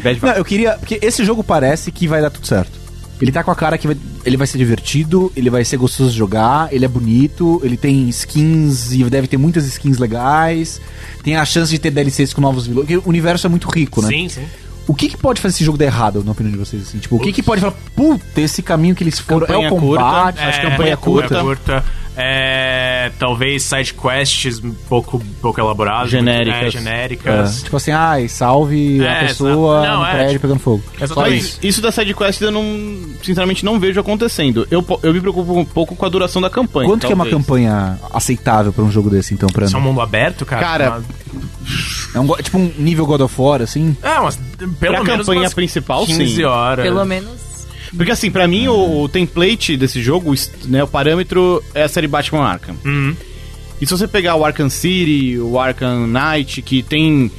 S1: Bad
S4: Não, eu queria... Porque esse jogo parece que vai dar tudo certo. Ele tá com a cara que vai- ele vai ser divertido, ele vai ser gostoso de jogar, ele é bonito, ele tem skins e deve ter muitas skins legais, tem a chance de ter DLCs com novos vilões, porque o universo é muito rico, né?
S3: Sim, sim.
S4: O que, que pode fazer esse jogo dar errado, na opinião de vocês? Assim? Tipo, o que, que pode falar, puta, esse caminho que eles foram
S1: Campanha
S4: é o combate,
S1: curta, Acho que
S3: É,
S1: campanha curta.
S3: curta. É, talvez side quests um pouco, pouco elaboradas.
S1: Genéricas.
S3: muito- é, genéricas.
S4: Tipo assim, ai, salve a
S3: É,
S4: pessoa
S3: exato. Não,
S4: no
S3: é,
S4: prédio
S3: tipo-
S4: pegando fogo.
S1: Só
S3: Exatamente.
S1: isso. Isso da sidequest eu não, sinceramente, não vejo acontecendo. Eu, po- eu me preocupo um pouco com a duração da campanha.
S4: Quanto que é uma
S1: talvez.
S4: campanha aceitável pra um jogo desse, então, pra
S3: Isso é um
S4: mim?
S3: mundo aberto, cara.
S1: Cara,
S3: Uma-
S4: É um, go- tipo um nível God of War, assim?
S3: É, umas, pelo
S1: Pra
S3: menos
S1: campanha
S3: umas
S1: principal,
S3: 15
S1: sim.
S3: horas. Uhum.
S2: Pelo menos.
S1: Porque assim, pra mim, o, o template desse jogo, o est- né, o parâmetro é a série Batman Arkham.
S3: Uhum.
S1: E se você pegar o Arkham City, o Arkham Knight, que tem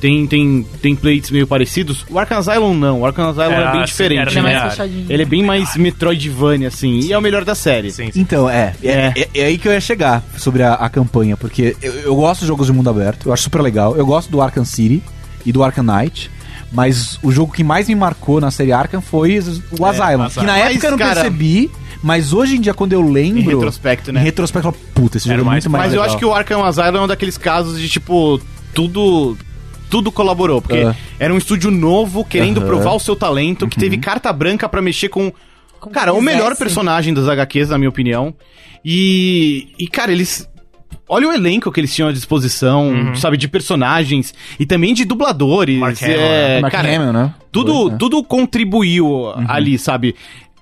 S1: tem tem templates meio parecidos, o Arkham Asylum não, o Arkham Asylum é,
S3: Era
S1: bem
S3: assim,
S1: diferente.
S3: era
S2: Ele
S1: né?
S2: é mais
S3: Linear.
S2: fechadinho.
S1: Ele é bem mais Metroidvania, assim, e é o melhor da série.
S3: Sim, sim.
S4: Então, é. É, é- é aí que eu ia chegar sobre a, a campanha, porque eu, eu gosto de jogos de mundo aberto, eu acho super legal. Eu gosto do Arkham City e do Arkham Knight. Mas o jogo que mais me marcou na série Arkham foi É, o Asylum.
S3: Asylum.
S4: Que na
S1: Mas,
S4: época eu não
S1: cara-
S4: percebi, mas hoje em dia, quando eu lembro.
S1: Em retrospecto, né?
S4: Em retrospecto, eu falo, puta, esse
S3: Era
S4: jogo é
S3: mais
S4: muito mais
S1: Mas eu
S4: legal."
S1: acho que o Arkham Asylum é um daqueles casos de tipo tudo tudo colaborou, porque
S4: É.
S1: era um estúdio novo querendo
S4: Aham. Uhum.
S1: provar o seu talento, que teve carta branca pra mexer com
S2: Como
S1: Cara, o
S2: quisesse.
S1: melhor personagem das HQs, na minha opinião. E. E, cara, eles. Olha o elenco que eles tinham à disposição, sabe, de personagens e também de dubladores.
S3: Mark Hamill,
S1: é,
S4: Mark
S1: cara,
S4: Hamill, né?
S1: tudo,
S4: Foi, né?
S1: tudo contribuiu
S3: Uhum.
S1: ali, sabe?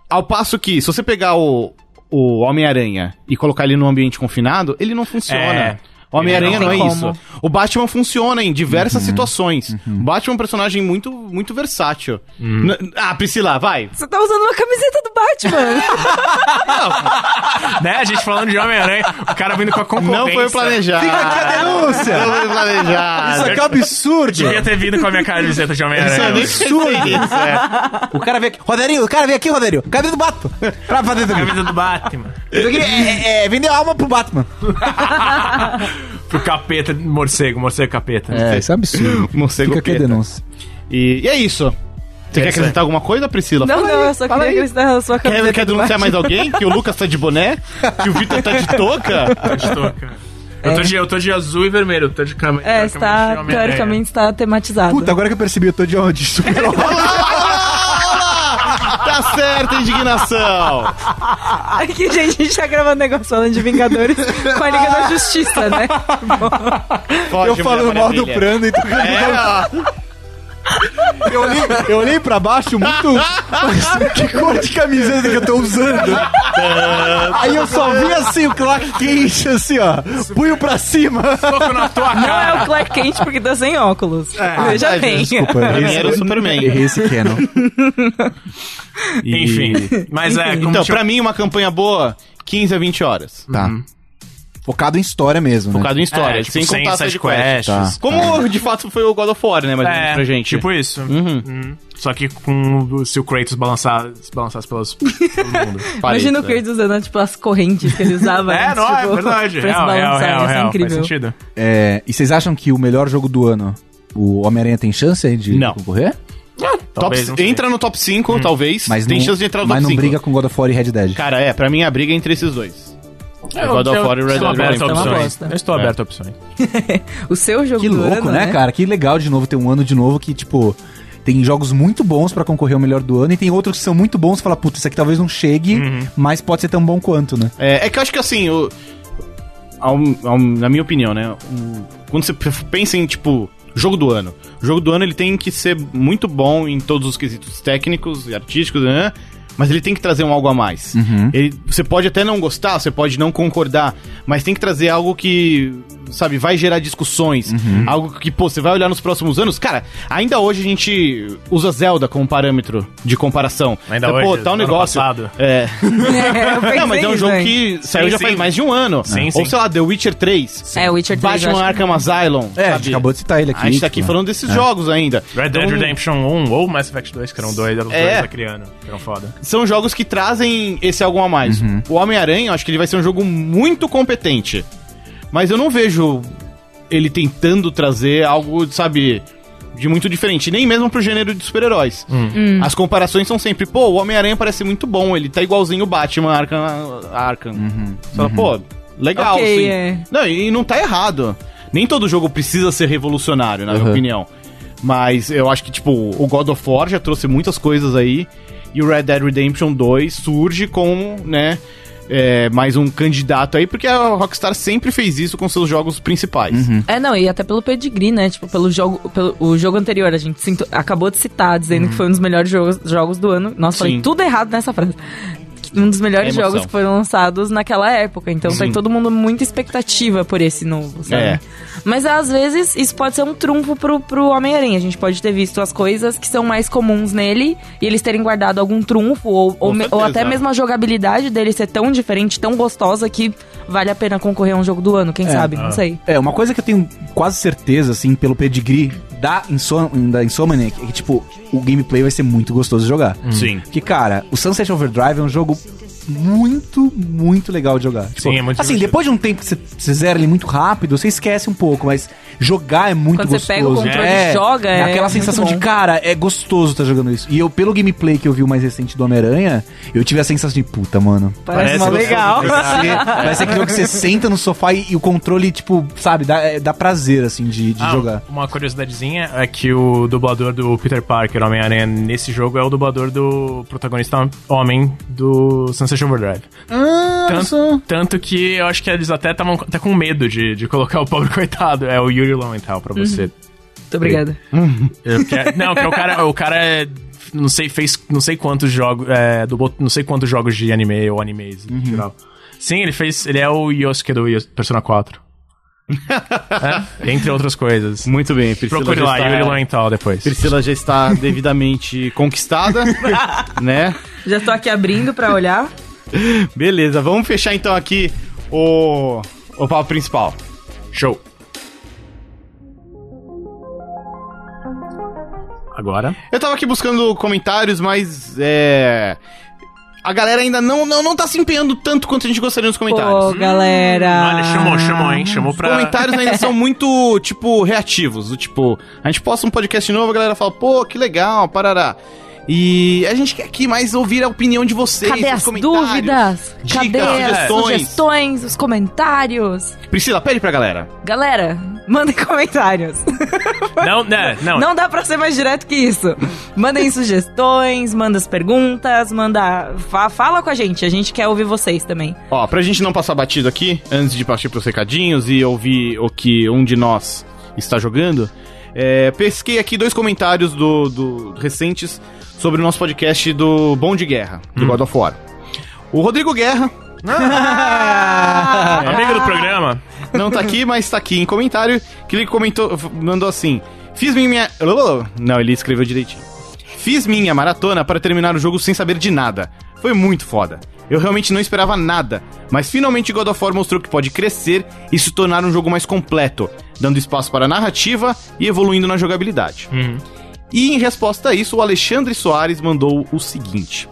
S1: Ao passo que, se você pegar o, o Homem-Aranha e colocar ele num ambiente confinado, ele não funciona.
S3: É.
S1: O Homem-Aranha
S3: Ele não
S1: não é
S3: tem Uhum.
S1: isso. O Batman funciona em diversas situações. O Batman é um personagem muito, muito versátil.
S3: Uhum.
S1: N- Ah, Priscila, vai.
S2: Você tá usando uma camiseta do Batman.
S3: né, a gente falando de Homem-Aranha, o cara vindo com a concorrência.
S1: Não foi planejado.
S4: Fica aqui a Ah, denúncia!
S1: Não foi planejado.
S4: Isso aqui é um absurdo!
S3: Devia ter vindo com a minha camiseta de
S1: Isso é
S3: Homem-Aranha.
S1: absurdo. Isso, é.
S4: O cara veio aqui. Roderinho, o cara veio aqui, Roderinho. Cadê do Batman? Pra fazer do
S3: Camisa do Batman.
S4: Eu queria, é, é, vender a alma pro Batman.
S3: Pro capeta, morcego, morcego capeta.
S4: É, isso é um absurdo.
S1: Morcego
S4: Fica aqui a
S1: Peta.
S4: denúncia.
S1: E, e é isso. Você quer
S3: aí.
S1: acrescentar alguma coisa, Priscila?
S2: Não,
S1: Fala
S2: não,
S1: aí,
S2: eu só
S1: fala
S2: queria
S1: aí.
S2: acrescentar a sua
S1: Quer,
S2: camiseta.
S1: quer denunciar mais alguém? Que o Lucas tá de boné? Que o Vitor tá de touca?
S3: Eu tô, cara. Eu, tô de, eu tô de azul e vermelho, eu tô de cam...
S2: É,
S3: teoricamente de
S2: está,
S3: Homem-Aranha.
S2: teoricamente está tematizado.
S4: Puta, agora que eu percebi, eu tô de onde? Super-Homem.
S1: Tá certa a indignação.
S2: Aqui, gente, a gente tá gravando negócio falando de Vingadores com a Liga da Justiça, né?
S1: Foge,
S4: Eu falo
S1: Mulher
S4: mal do
S1: Maravilha.
S4: Prando e tô...
S1: É, ó.
S4: eu, olhei, eu olhei pra baixo muito. Mas que cor de camiseta que eu tô usando? Aí eu só vi assim o Clark Kent, assim, ó. Punho pra cima.
S3: Soco na tua
S2: Não
S3: cara.
S2: é o Clark Kent porque tá sem óculos.
S3: É.
S2: Veja
S1: verdade,
S2: bem.
S4: Ah, tá, Desculpa,
S1: Pra mim
S4: esse-
S1: era É, o Superman. Uhum.
S4: Errei esse Canon.
S3: Enfim. Mas é, como
S1: Então,
S3: tinha-
S1: pra mim, uma campanha boa, 15 a 20 horas.
S4: Tá. Focado em história mesmo, né?
S1: Focado em história,
S3: é, tipo,
S1: sem contar
S3: side
S1: side quest.
S4: Tá.
S1: Como, de fato, foi o God of War, né? Mas
S3: É,
S1: pra gente.
S3: Tipo isso. Uhum. Só que com se o Kratos balançar, se balançasse pelas, pelo mundo.
S1: parei,
S2: Imagina o
S1: né?
S4: tá.
S2: Kratos usando, tipo, as correntes que ele usava.
S3: é,
S2: antes,
S3: não, é
S2: tipo,
S3: verdade.
S2: Pra
S3: Real,
S2: se
S3: real,
S2: balançar,
S3: real,
S2: isso é
S3: real. Faz
S2: incrível.
S3: sentido.
S4: É, e vocês acham que o melhor jogo do ano O Homem-Aranha tem chance de
S1: Não.
S4: concorrer?
S1: Top,
S3: Talvez, não sei.
S1: entra no top 5, talvez.
S4: Hum. Mas
S1: tem
S4: não,
S1: chance de entrar no
S4: Mas
S1: top
S4: não
S1: 5.
S4: briga com God of War e Red Dead.
S1: Cara, é, pra mim a briga é entre esses dois. É
S3: Eu-
S1: God of
S3: eu-
S1: War e Red
S3: estou
S1: Dead
S3: aberto a
S1: Redemption.
S3: opções.
S2: É uma bosta.
S3: Eu estou
S1: É.
S3: aberto a opções.
S2: O seu jogo
S4: Que
S2: do
S4: louco,
S2: ano,
S4: né, cara? Que legal de novo ter um ano de novo que, tipo, tem jogos muito bons pra concorrer ao melhor do ano e tem outros que são muito bons e fala, puta, isso aqui talvez não chegue,
S1: Uhum.
S4: mas pode ser tão bom quanto, né?
S1: É, é que eu acho que assim, o- ao- ao- na minha opinião, né? o- quando você p- pensa em, tipo, jogo do ano. O jogo do ano ele tem que ser muito bom em todos os quesitos técnicos e artísticos, né? Mas ele tem que trazer um algo a mais.
S3: Uhum.
S1: Ele- você pode até não gostar, você pode não concordar, mas tem que trazer algo que, sabe, vai gerar discussões.
S3: Uhum.
S1: Algo que, pô, você vai olhar nos próximos anos. Cara, ainda hoje a gente usa Zelda como parâmetro de comparação.
S3: Ainda
S1: Você,
S3: hoje,
S1: pô, tá um
S3: ano
S1: negócio.
S3: passado.
S1: É.
S2: É, eu pensei
S1: Não, mas é um
S2: nisso,
S1: jogo
S2: hein?
S1: que saiu
S3: Sim,
S1: já faz
S3: sim.
S1: mais de um ano.
S3: Sim,
S1: Ou
S3: sim.
S1: sei lá, The Witcher 3.
S2: É, Witcher 3, eu
S1: Batman
S2: acho
S1: Arkham Asylum.
S4: É, a
S1: sabe?
S4: gente acabou de citar ele aqui.
S1: A gente tá aqui
S4: tipo,
S1: falando desses jogos ainda.
S3: Red Dead
S1: Então,
S3: Redemption 1 ou Mass Effect 2, que eram dois, eram os
S1: É.
S3: dois daquele ano, que eram foda.
S1: São jogos que trazem esse algo a mais.
S4: Uhum.
S1: O Homem-Aranha, eu acho que ele vai ser um jogo muito competente. Mas eu não vejo ele tentando trazer algo, sabe, de muito diferente. Nem mesmo pro gênero de super-heróis.
S4: Hum.
S2: Hum.
S1: As comparações são sempre, pô, o Homem-Aranha parece muito bom, ele tá igualzinho o Batman Arkham. Arkham.
S4: Uhum.
S1: Você fala, pô, legal, assim.
S2: Ok,
S1: sim.
S2: é.
S1: Não, e não tá errado. Nem todo jogo precisa ser revolucionário, na minha
S4: Uhum.
S1: opinião. Mas eu acho que, tipo, o God of War já trouxe muitas coisas aí. E o Red Dead Redemption 2 surge como, né, é, mais um candidato aí, porque a Rockstar sempre fez isso com seus jogos principais.
S2: É, não, e até pelo pedigree, né? Tipo, pelo jogo, pelo o jogo anterior, a gente sinto- acabou de citar, dizendo que foi um dos melhores jogos, jogos do ano.
S1: Hum.
S2: Nossa,
S1: Sim.
S2: falei tudo errado nessa frase. Um dos melhores
S1: É emoção.
S2: jogos que foram lançados naquela época. Então
S1: Sim.
S2: tem todo mundo muita expectativa por esse novo, sabe?
S1: É.
S2: Mas às vezes isso pode ser um trunfo pro, pro Homem-Aranha. A gente pode ter visto as coisas que são mais comuns nele e eles terem guardado algum trunfo, ou, ou, me- ou
S1: certeza.
S2: até mesmo a jogabilidade dele ser tão diferente, tão gostosa, que vale a pena concorrer a um jogo do ano, quem sabe?
S1: Ah.
S2: Não sei.
S4: É, uma coisa que eu tenho quase certeza, assim, pelo pedigree da, Insom da Insomniac, é que, tipo, o gameplay vai ser muito gostoso de jogar.
S3: Hum.
S1: Sim.
S4: Que, cara, o Sunset Overdrive é um jogo muito, muito legal de jogar. Tipo,
S3: Sim, é muito
S4: Assim,
S3: divertido.
S4: depois de um tempo que você- você zera ele muito rápido, você esquece um pouco, mas jogar é muito
S2: Quando você
S4: gostoso.
S2: pega o controle
S4: é,
S2: e joga, é
S4: Aquela
S2: muito
S4: sensação de,
S2: bom.
S4: cara, é gostoso tá jogando isso. E eu, pelo gameplay que eu vi o mais recente do Homem-Aranha, eu tive a sensação de, puta, mano,
S2: Parece,
S3: Parece
S2: uma
S3: gostoso.
S2: legal.
S4: Vai ser, vai ser aquilo que você senta no sofá e, e o controle, tipo, sabe, dá, é, dá prazer, assim, de, de
S3: Ah,
S4: jogar.
S3: Uma curiosidadezinha é que o dublador do Peter Parker, Homem-Aranha, nesse jogo é o dublador do protagonista homem do Sunset Overdrive.
S4: Ah,
S3: Tanto, tanto que eu acho que eles até estavam até com medo de, de colocar o pobre coitado. É o Yuri Lowenthal pra você.
S4: Uhum.
S2: Muito obrigada.
S3: Eu que- não, que o cara, o cara é, não sei, fez não sei quantos jogos, é, dublou não sei quantos jogos de anime ou animes
S4: Uhum.
S3: em geral. Sim, ele fez, ele é o Yosuke do Yos- Persona 4. É, entre outras coisas.
S1: Muito bem, Priscila.
S3: Procure
S1: já
S3: lá,
S1: está-
S3: Yuri Lowenthal depois.
S1: Priscila já está devidamente conquistada, né?
S2: Já tô aqui abrindo pra olhar.
S1: Beleza, vamos fechar então aqui o, o papo principal.
S3: Show. Agora.
S1: Eu tava aqui buscando comentários, mas é. A galera ainda não, não, não tá se empenhando tanto quanto a gente gostaria nos
S2: Pô,
S1: comentários.
S2: galera.
S3: Olha, Ah, chamou, chamou, hein? Chamou
S1: Os
S3: pra.
S1: comentários ainda são muito, tipo, reativos. Do tipo, a gente posta um podcast novo, a galera fala, pô, que legal, parará. E a gente quer aqui mais ouvir a opinião de vocês.
S2: Cadê
S1: os
S2: as
S1: comentários.
S2: dúvidas?
S1: dicas,
S2: Cadê as
S1: sugestões?
S2: sugestões, os comentários?
S1: Priscila, pede pra galera.
S2: Galera, mandem comentários.
S3: Não, né? Não.
S2: Não dá pra ser mais direto que isso. Mandem sugestões, manda as perguntas, manda. fa- fala com a gente, a gente quer ouvir vocês também.
S1: Ó, pra gente não passar batido aqui, antes de partir pros recadinhos e ouvir o que um de nós está jogando, é, pesquei aqui dois comentários do, do- recentes sobre o nosso podcast do Bom de Guerra, do God of War. O Rodrigo Guerra
S3: é Amigo do programa.
S1: não tá aqui, mas tá aqui em comentário, que ele comentou, f- mandou assim: Fiz minha. Não, ele escreveu direitinho. Fiz minha maratona para terminar o jogo sem saber de nada. Foi muito foda. Eu realmente não esperava nada, mas finalmente God of War mostrou que pode crescer e se tornar um jogo mais completo, dando espaço para a narrativa e evoluindo na jogabilidade. E em resposta a isso, o Alexandre Soares mandou o seguinte: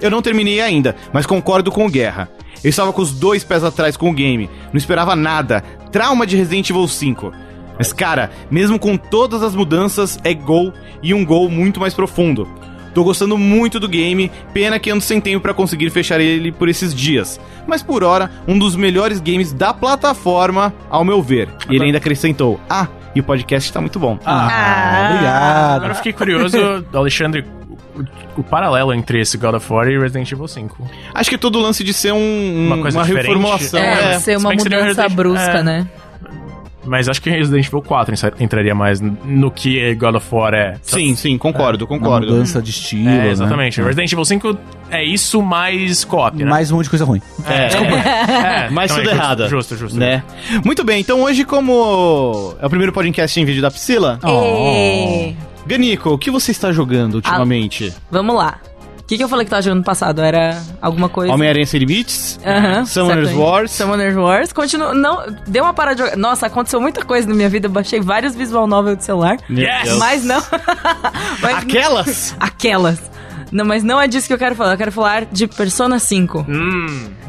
S1: Eu não terminei ainda, mas concordo com o Guerra. Eu estava com os dois pés atrás com o game, não esperava nada. Trauma de Resident Evil 5. Mas, cara, mesmo com todas as mudanças, é gol e um gol muito mais profundo. Tô gostando muito do game, pena que ando sem tempo pra conseguir fechar ele por esses dias. Mas por hora, um dos melhores games da plataforma, ao meu ver. E ele ainda acrescentou: Ah, e o podcast tá muito bom.
S4: Ah,
S2: Ah.
S3: Agora eu
S4: obrigado.
S3: fiquei curioso, Alexandre, o, o paralelo entre esse God of War e Resident Evil 5.
S1: Acho que todo o lance de ser um,
S3: Uma coisa diferente.
S1: reformulação.
S2: é,
S1: É,
S3: é,
S2: ser
S3: se
S2: uma
S3: bem que seria
S2: mudança
S3: Resident-
S2: brusca,
S3: é.
S2: né?
S3: Mas acho que Resident Evil 4 entra- entraria mais no que God of War é.
S1: Sim, sim, concordo,
S4: Uma
S1: concordo.
S4: mudança de estilo,
S3: É,
S4: né?
S3: exatamente. Resident Evil 5 é isso mais cópia, né?
S4: Mais um monte de coisa ruim.
S1: É.
S3: É,
S1: Mas
S3: também,
S1: tudo
S3: justo,
S1: errado.
S3: Justo, justo.
S1: Né? Muito bem, então hoje, como é o primeiro podcast em vídeo da Priscila,
S2: É.
S1: É.
S2: Ê,
S1: Ganico, o que você está
S2: Ah,
S1: jogando ultimamente?
S2: Vamos lá. O que, que eu falei que tava jogando no passado? Era alguma coisa.
S1: Homem-Aranha Sem Limites?
S2: é. Aham,
S1: Summoners
S2: certo.
S1: Wars?
S2: Summoners Wars. Continua. Não, deu uma parada de jogar. Nossa, aconteceu muita coisa na minha vida. Eu baixei vários visual novel do celular.
S1: Meu
S3: Yes!
S1: Deus.
S2: Mas não. mas,
S1: Aquelas?
S2: Aquelas. Não, mas não é disso que eu quero falar. Eu quero falar de Persona 5.
S3: Hum,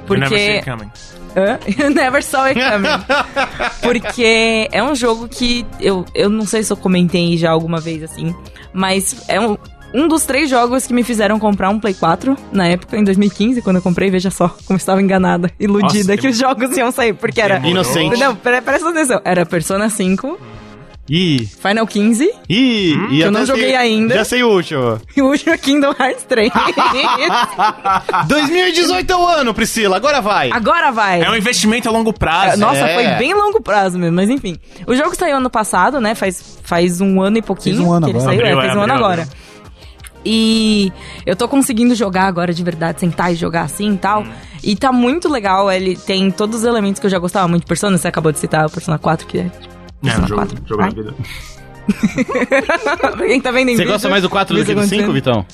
S2: Porque-
S3: Never See It Coming.
S2: Hã? You Never saw it coming. Porque é um jogo que eu, eu não sei se eu comentei já alguma vez assim, mas é um, um dos três jogos que me fizeram comprar um Play 4 na época, em 2015, quando eu comprei. Veja só como eu estava enganada, iludida
S3: Nossa,
S2: que os jogos iam sair, porque era.
S3: demorou.
S1: Inocente.
S2: Não, pre- presta atenção. Era Persona 5,
S1: Ih,
S2: Final 15
S1: ih, e
S2: Hum? que eu
S1: até
S2: não
S1: sei-
S2: joguei ainda.
S1: Já sei o último.
S2: e o último é Kingdom Hearts 3.
S1: 2018 é o ano, Priscila, agora vai.
S2: Ah, Agora vai!
S3: É um investimento a longo prazo.
S2: É, Nossa,
S1: É.
S2: foi bem longo prazo mesmo, mas enfim. O jogo saiu ano passado, né? Faz, faz um ano e pouquinho
S4: Fez um ano
S2: que ele
S4: agora.
S2: saiu.
S3: Abril,
S2: é, fez
S3: é,
S2: um ano
S3: abril,
S2: agora. E eu tô conseguindo jogar agora de verdade, sentar e jogar assim e tal. E tá muito legal, ele tem todos os elementos que eu já gostava muito de Persona. Você acabou de citar o Persona 4, que é...
S3: É, um
S2: Persona
S3: jogo,
S2: 4.
S3: jogo da vida.
S2: Ai, pra quem tá vendo em
S1: Você
S2: vídeo,
S1: gosta mais do 4 do
S2: vídeo
S1: que do 5,
S2: acontecendo.
S1: Vitão?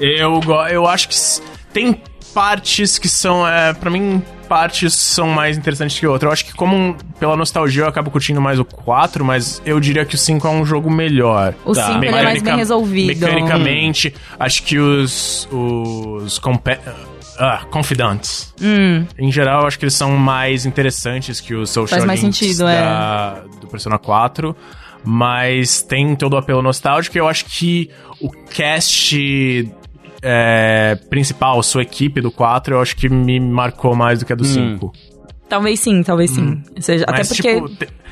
S3: Eu, go- eu acho que s- tem partes que são. É, para mim, partes são mais interessantes que outras. Eu acho que, como pela nostalgia, eu acabo curtindo mais o 4, mas eu diria que o 5 é um jogo melhor.
S2: O 5 ele é mais
S3: Mecanica-
S2: bem resolvido.
S3: Tá. Ah, Mecanicamente, acho que os. Os. compe- Ah, confidants. Em geral, acho que eles são mais interessantes que os social
S2: Hum. Faz mais
S3: links
S2: sentido, é.
S3: da, do Persona 4. Mas tem todo o apelo nostálgico. e Eu acho que o cast é, principal, sua equipe do 4, eu acho que me marcou mais do que a do 5.
S2: Talvez sim, talvez sim. Ou seja,
S3: Hum. Mas,
S2: até porque...
S3: tipo, te-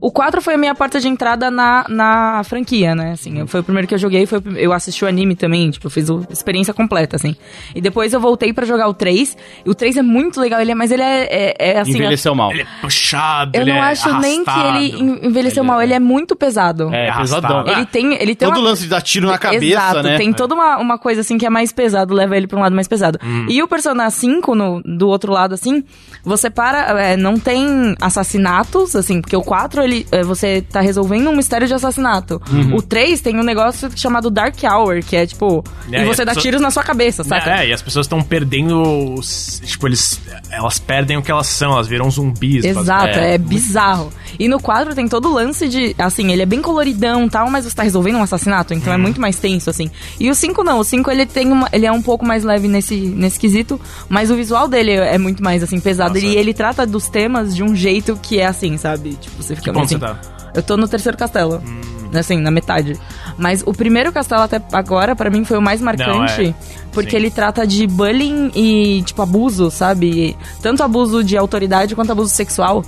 S2: O 4 foi a minha porta de entrada na, na franquia, né? Assim, eu- foi o primeiro que eu joguei, foi o prim- eu assisti o anime também, tipo, eu fiz a experiência completa, assim. E depois eu voltei pra jogar o 3. E o 3 é muito legal, ele é, mas ele é, é, é, assim.
S1: Envelheceu mal.
S3: ele é puxado,
S2: eu
S3: ele
S2: não
S3: é
S2: acho nem que
S3: arrastado.
S2: ele en- envelheceu mal, ele é muito pesado.
S1: É,
S3: arrastado.
S1: pesadão.
S2: Ele tem. Ele tem
S1: Todo
S2: uma...
S1: lance de dar tiro na cabeça,
S2: Exato,
S1: né?
S2: tem toda uma, uma coisa assim que é mais pesado, leva ele pra um lado mais pesado.
S1: Hum.
S2: E o Persona 5, no, do outro lado, assim, você para. é, não tem assassinatos, assim, porque o 4, ele, é, você tá resolvendo um mistério de assassinato.
S1: Uhum.
S2: O 3 tem um negócio chamado Dark Hour, que é tipo.
S3: É,
S2: e
S3: e
S2: você
S3: as
S2: dá
S3: pessoas-
S2: tiros na sua cabeça, saca?
S3: É, e as pessoas estão perdendo. os- Tipo, eles, elas perdem o que elas são, elas viram zumbis.
S2: Exato, é, bizarro. E no quadro tem todo o lance de. Assim, ele é bem coloridão e tal, mas você tá resolvendo um assassinato,
S3: Uhum.
S2: então é muito mais tenso, assim. E o 5 não, o 5 ele tem uma, ele é um pouco mais leve nesse, nesse quesito, mas o visual dele é muito mais, assim, pesado.
S3: Nossa,
S2: e
S3: é.
S2: ele trata dos temas de um jeito que é assim, sabe? Tipo, você fica
S3: Que ponto
S2: assim.
S3: você tá?
S2: Eu tô no terceiro castelo.
S3: Hum.
S2: Assim, na metade. Mas o primeiro castelo até agora, pra mim, foi o mais marcante.
S3: Não, é.
S2: Porque
S3: Sim.
S2: ele trata de bullying e, tipo, abuso, sabe? E tanto abuso de autoridade quanto abuso sexual.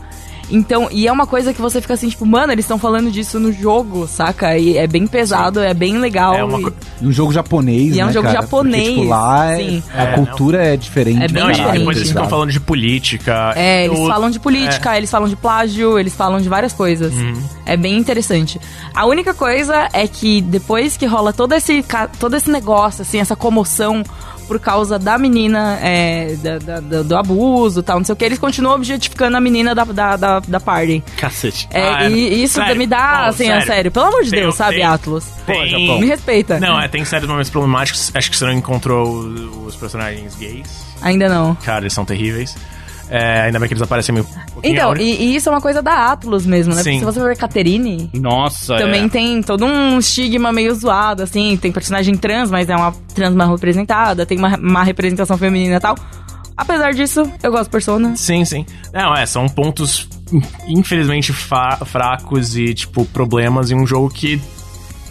S2: Então, e é uma coisa que você fica assim, tipo, mano, eles estão falando disso no jogo, saca? E é bem pesado, é bem legal.
S3: É uma
S2: e-
S3: co-
S4: Um jogo japonês,
S2: E é um
S4: né,
S2: jogo
S4: cara?
S2: japonês,
S4: Porque, tipo, lá é-
S2: sim.
S4: a
S3: É,
S4: cultura é diferente.
S2: É bem
S3: Não,
S4: pra
S3: e
S4: caralho,
S3: depois
S2: diferente,
S3: eles ficam
S4: sabe?
S3: falando de política.
S2: É, eles
S3: Eu-
S2: falam de política,
S3: É.
S2: eles falam de plágio, eles falam de várias coisas.
S3: Uhum.
S2: É bem interessante. A única coisa é que depois que rola todo esse, ca- todo esse negócio, assim, essa comoção por causa da menina, é, da- da- da- do abuso e tal, não sei o que, eles continuam objetificando a menina da, da, da, da party.
S1: Cacete.
S2: É,
S3: Ah, é.
S2: e isso
S3: Sério?
S2: me dá,
S3: Não,
S2: assim,
S3: sério.
S2: sério. sério. Pelo amor de
S3: Tem- um
S2: Deus, sabe,
S3: tem-
S2: Atlas?
S3: tem- um
S2: Me respeita.
S3: Não, é, tem certos momentos problemáticos. Acho que você não encontrou o- os personagens gays.
S2: Ainda não.
S3: Cara, eles são terríveis. É, ainda bem que eles aparecem meio. pouquinho
S2: Então,
S3: agora.
S2: e, e isso é uma coisa da Atlas mesmo, né?
S3: um Sim.
S2: Porque se você ver Caterine,
S1: Nossa,
S2: Também
S1: é.
S2: tem todo um estigma meio zoado, assim. Tem personagem trans, mas é uma trans mal representada. Tem uma má representação feminina e tal. Apesar disso, eu gosto de Persona.
S3: Sim, sim. Não, é, são pontos infelizmente fa- fracos e, tipo, problemas em um jogo que.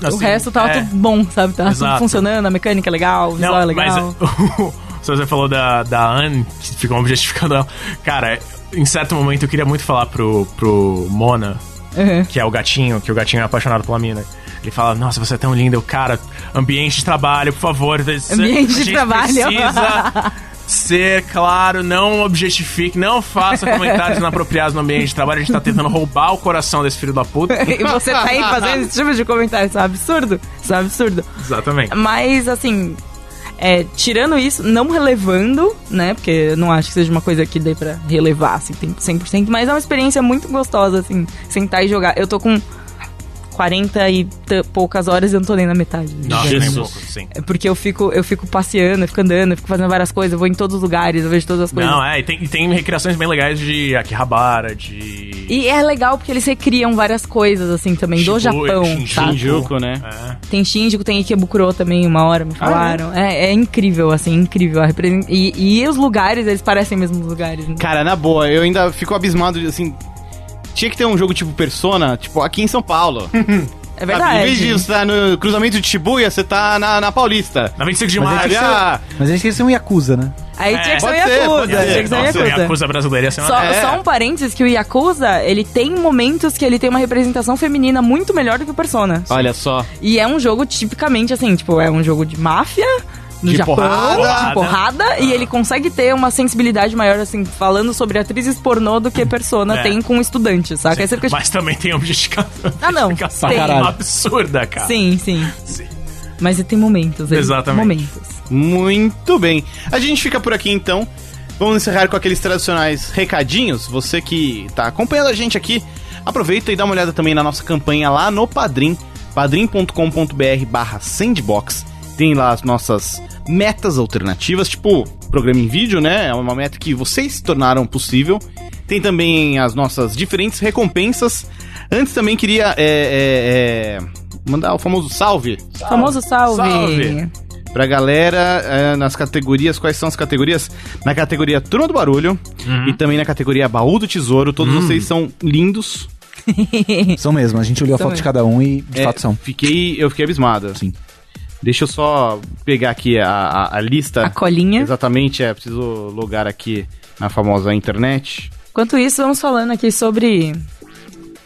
S2: o
S3: assim,
S2: resto tava
S3: é.
S2: tudo bom, sabe? Tava tudo
S3: Exato.
S2: funcionando, a mecânica é legal, o visual é legal.
S3: Mas, se você falou da, da Anne, que ficou objetificando ela. Cara, em certo momento eu queria muito falar pro, pro Mona,
S2: Uhum.
S3: que é o gatinho, que o gatinho é apaixonado pela mina. Ele fala, nossa, você é tão linda. Eu, cara, ambiente de trabalho, por favor.
S2: Ambiente de
S3: a gente
S2: trabalho.
S3: Precisa ser claro, não objetifique, não faça comentários inapropriados no ambiente de trabalho. A gente tá tentando roubar o coração desse filho da puta.
S2: E você tá aí fazendo esse tipo de comentário, isso é um absurdo, isso é um absurdo.
S3: Exatamente.
S2: Mas, assim, é, tirando isso, não relevando, né? Porque eu não acho que seja uma coisa que dê pra relevar, assim, tem- 100%. Mas é uma experiência muito gostosa, assim, sentar e jogar. Eu tô com 40 e t- poucas horas e eu não tô nem na metade. né?
S3: Nossa, nem um
S5: Jesus.
S3: pouco, sim.
S2: É Porque eu fico, eu fico passeando, eu fico andando, eu fico fazendo várias coisas, eu vou em todos os lugares, eu vejo todas as coisas.
S3: Não, é, e tem, e tem recriações bem legais de Akihabara, de.
S2: E é legal porque eles recriam várias coisas, assim, também, do
S3: Shibuya,
S2: Japão,
S3: Shinjuku.
S2: sabe?
S5: Shinjuku, né?
S3: É.
S2: Tem Shinjuku, tem Ikebukuro também, uma
S1: Ah,
S2: hora me falaram. é? é incrível, assim, incrível. a represen- E, e os lugares, eles parecem mesmo os lugares. Né?
S1: Cara, na boa, eu ainda fico abismado, de, assim... Tinha que ter um jogo tipo Persona, tipo, aqui em São Paulo.
S2: É
S1: Sabe? Em vez de
S2: verdade.
S1: você tá no cruzamento de Shibuya, você tá na, na Paulista.
S3: Na 25 de
S4: Mas é
S3: março.
S1: Sabe? Ah,
S4: Mas eles esqueceram Yakuza, né?
S2: Aí
S3: É,
S2: tinha que ser o
S1: pode ser, pode
S2: Yakuza.
S1: ser.
S2: Tinha que ser o
S3: Nossa,
S2: Yakuza.
S3: Yakuza brasileira ia ser uma-
S2: Só,
S1: É.
S2: só um parênteses que o Yakuza, ele tem momentos que ele tem uma representação feminina muito melhor do que o Persona.
S1: olha só.
S2: E é um jogo tipicamente assim, tipo, é um jogo de máfia. No
S1: De
S2: Japão,
S1: porrada.
S2: de porrada, e ele consegue ter uma sensibilidade maior, assim, falando sobre atrizes pornô do que Persona
S3: É.
S2: tem com estudantes, saca? Aí você fica, tipo,
S3: Mas também tem objetificação.
S2: Ah, não.
S3: objetificação
S2: Tem.
S3: absurda, cara.
S2: Sim, sim.
S3: Ah. Sim.
S2: Mas tem momentos. ele-
S3: Exatamente.
S2: Momentos.
S1: Muito bem. A gente fica por aqui então. Vamos encerrar com aqueles tradicionais recadinhos. Você que tá acompanhando a gente aqui, aproveita e dá uma olhada também na nossa campanha lá no Padrim, padrim.com.br barra sandbox. Tem lá as nossas metas alternativas, tipo programa em vídeo, né? É uma meta que vocês tornaram possível. Tem também as nossas diferentes recompensas. Antes também queria é, é, é, mandar o famoso salve
S2: Famoso salve.
S3: Salve.
S1: pra galera é, nas categorias. Quais são as categorias? Na categoria Turma do Barulho e também na categoria Baú do Tesouro. Todos vocês são lindos.
S4: São mesmo, a gente olhou a
S2: São
S4: foto de cada um e de
S1: É,
S4: fato são.
S1: Fiquei, eu fiquei abismado.
S4: Sim.
S1: Deixa eu só pegar aqui a, a- a lista.
S2: A colinha.
S1: Exatamente, é. Preciso logar aqui na famosa internet.
S2: Enquanto isso, vamos falando aqui sobre.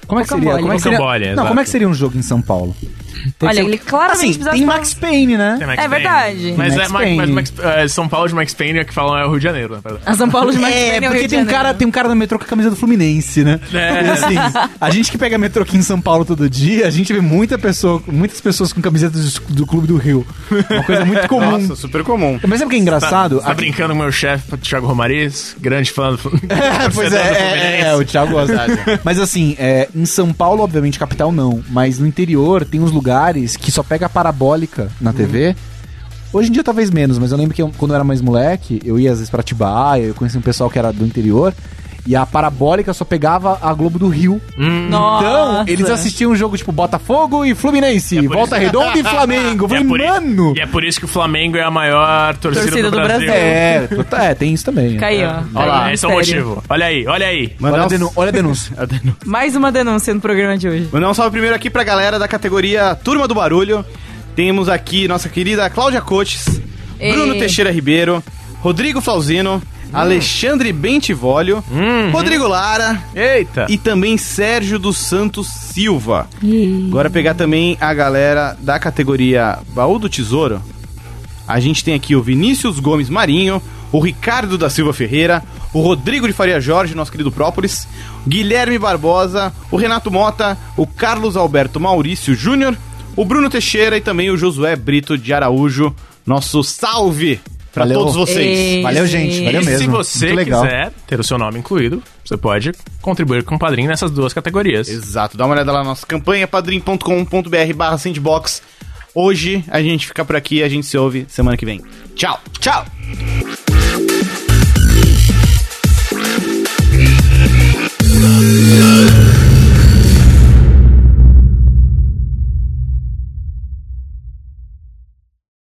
S4: Como é que seria?
S2: Rocambole.
S4: Como é que seria,
S3: Rocambole,
S4: não,
S3: exato.
S4: como é que seria um jogo em São Paulo? Tem
S2: Olha,
S4: que ser-
S2: ele claramente
S4: Assim,
S2: precisava
S4: tem
S2: falar-
S4: Max Payne, né?
S3: Tem Max
S2: É
S3: Payne.
S2: verdade.
S3: Mas,
S4: Max
S3: é, Ma- mas
S4: Payne.
S3: Max- é, São Paulo de Max Payne é que falam é o Rio de Janeiro, na verdade.
S2: A São Paulo de Max
S4: É,
S2: Payne ao Rio
S4: porque
S2: de
S4: tem um,
S2: Janeiro.
S4: cara, tem um cara no metrô com a camisa do Fluminense, né?
S3: É.
S4: E assim, a gente que pega metrô aqui em São Paulo todo dia, a gente vê muita pessoa, muitas pessoas com camisetas do, do Clube do Rio. Uma coisa muito comum.
S1: Nossa, super comum.
S4: Mas sabe o que é engraçado?
S3: Tá, tá brincando com o meu chefe, Thiago Romariz, grande fã do
S4: É, pois é, é, é, é, o Thiago gosta. mas assim, é, em São Paulo, obviamente, capital não, mas no interior tem uns lugares que só pega a parabólica na TV. Hoje em dia talvez menos, mas eu lembro que eu- quando eu era mais moleque, eu ia às vezes pra Atibaia, eu conhecia um pessoal que era do interior, e a parabólica só pegava a Globo do Rio.
S3: um
S2: Nossa.
S4: Então, eles assistiam um jogo tipo Botafogo e Fluminense,
S3: por
S4: Volta
S3: isso-
S4: Redonda e Flamengo. Eu
S3: E é,
S4: falei,
S3: por, i-
S4: mano!
S3: e é por isso que o Flamengo é a maior torcida,
S2: Torcida
S3: do,
S2: do
S3: Brasil.
S2: Brasil.
S4: É, puta, é, tem isso também. né?
S2: Caiu, ó.
S3: Olha lá,
S2: Caiu,
S3: esse é o
S2: sério.
S3: motivo. Olha aí, olha aí.
S4: Olha,
S1: Mandar
S4: a
S1: um,
S4: denu- olha a denúncia.
S1: a denúncia.
S2: Mais uma denúncia no programa de hoje.
S1: Mandar um salve primeiro aqui pra galera da categoria Turma do Barulho. Temos aqui nossa querida Cláudia Cotes,
S2: Ei.
S1: Bruno Teixeira Ribeiro, Rodrigo Flauzino, Alexandre Bentivolio, Rodrigo Lara
S3: Eita.
S1: e também Sérgio dos Santos Silva. Agora pegar também a galera da categoria Baú do Tesouro. A gente tem aqui o Vinícius Gomes Marinho, o Ricardo da Silva Ferreira, o Rodrigo de Faria Jorge, nosso querido Própolis, Guilherme Barbosa, o Renato Mota, o Carlos Alberto Maurício Júnior, o Bruno Teixeira e também o Josué Brito de Araújo. Nosso salve para
S4: Valeu.
S1: todos vocês.
S2: Ei.
S4: Valeu, gente. Valeu
S3: e
S4: mesmo.
S3: se você
S4: Muito legal.
S3: quiser ter o seu nome incluído, você pode contribuir com o padrinho nessas duas categorias.
S1: Exato, dá uma olhada lá na nossa campanha, padrim.com.br barra sandbox. Hoje a gente fica por aqui, a gente se ouve semana que vem. Tchau, tchau!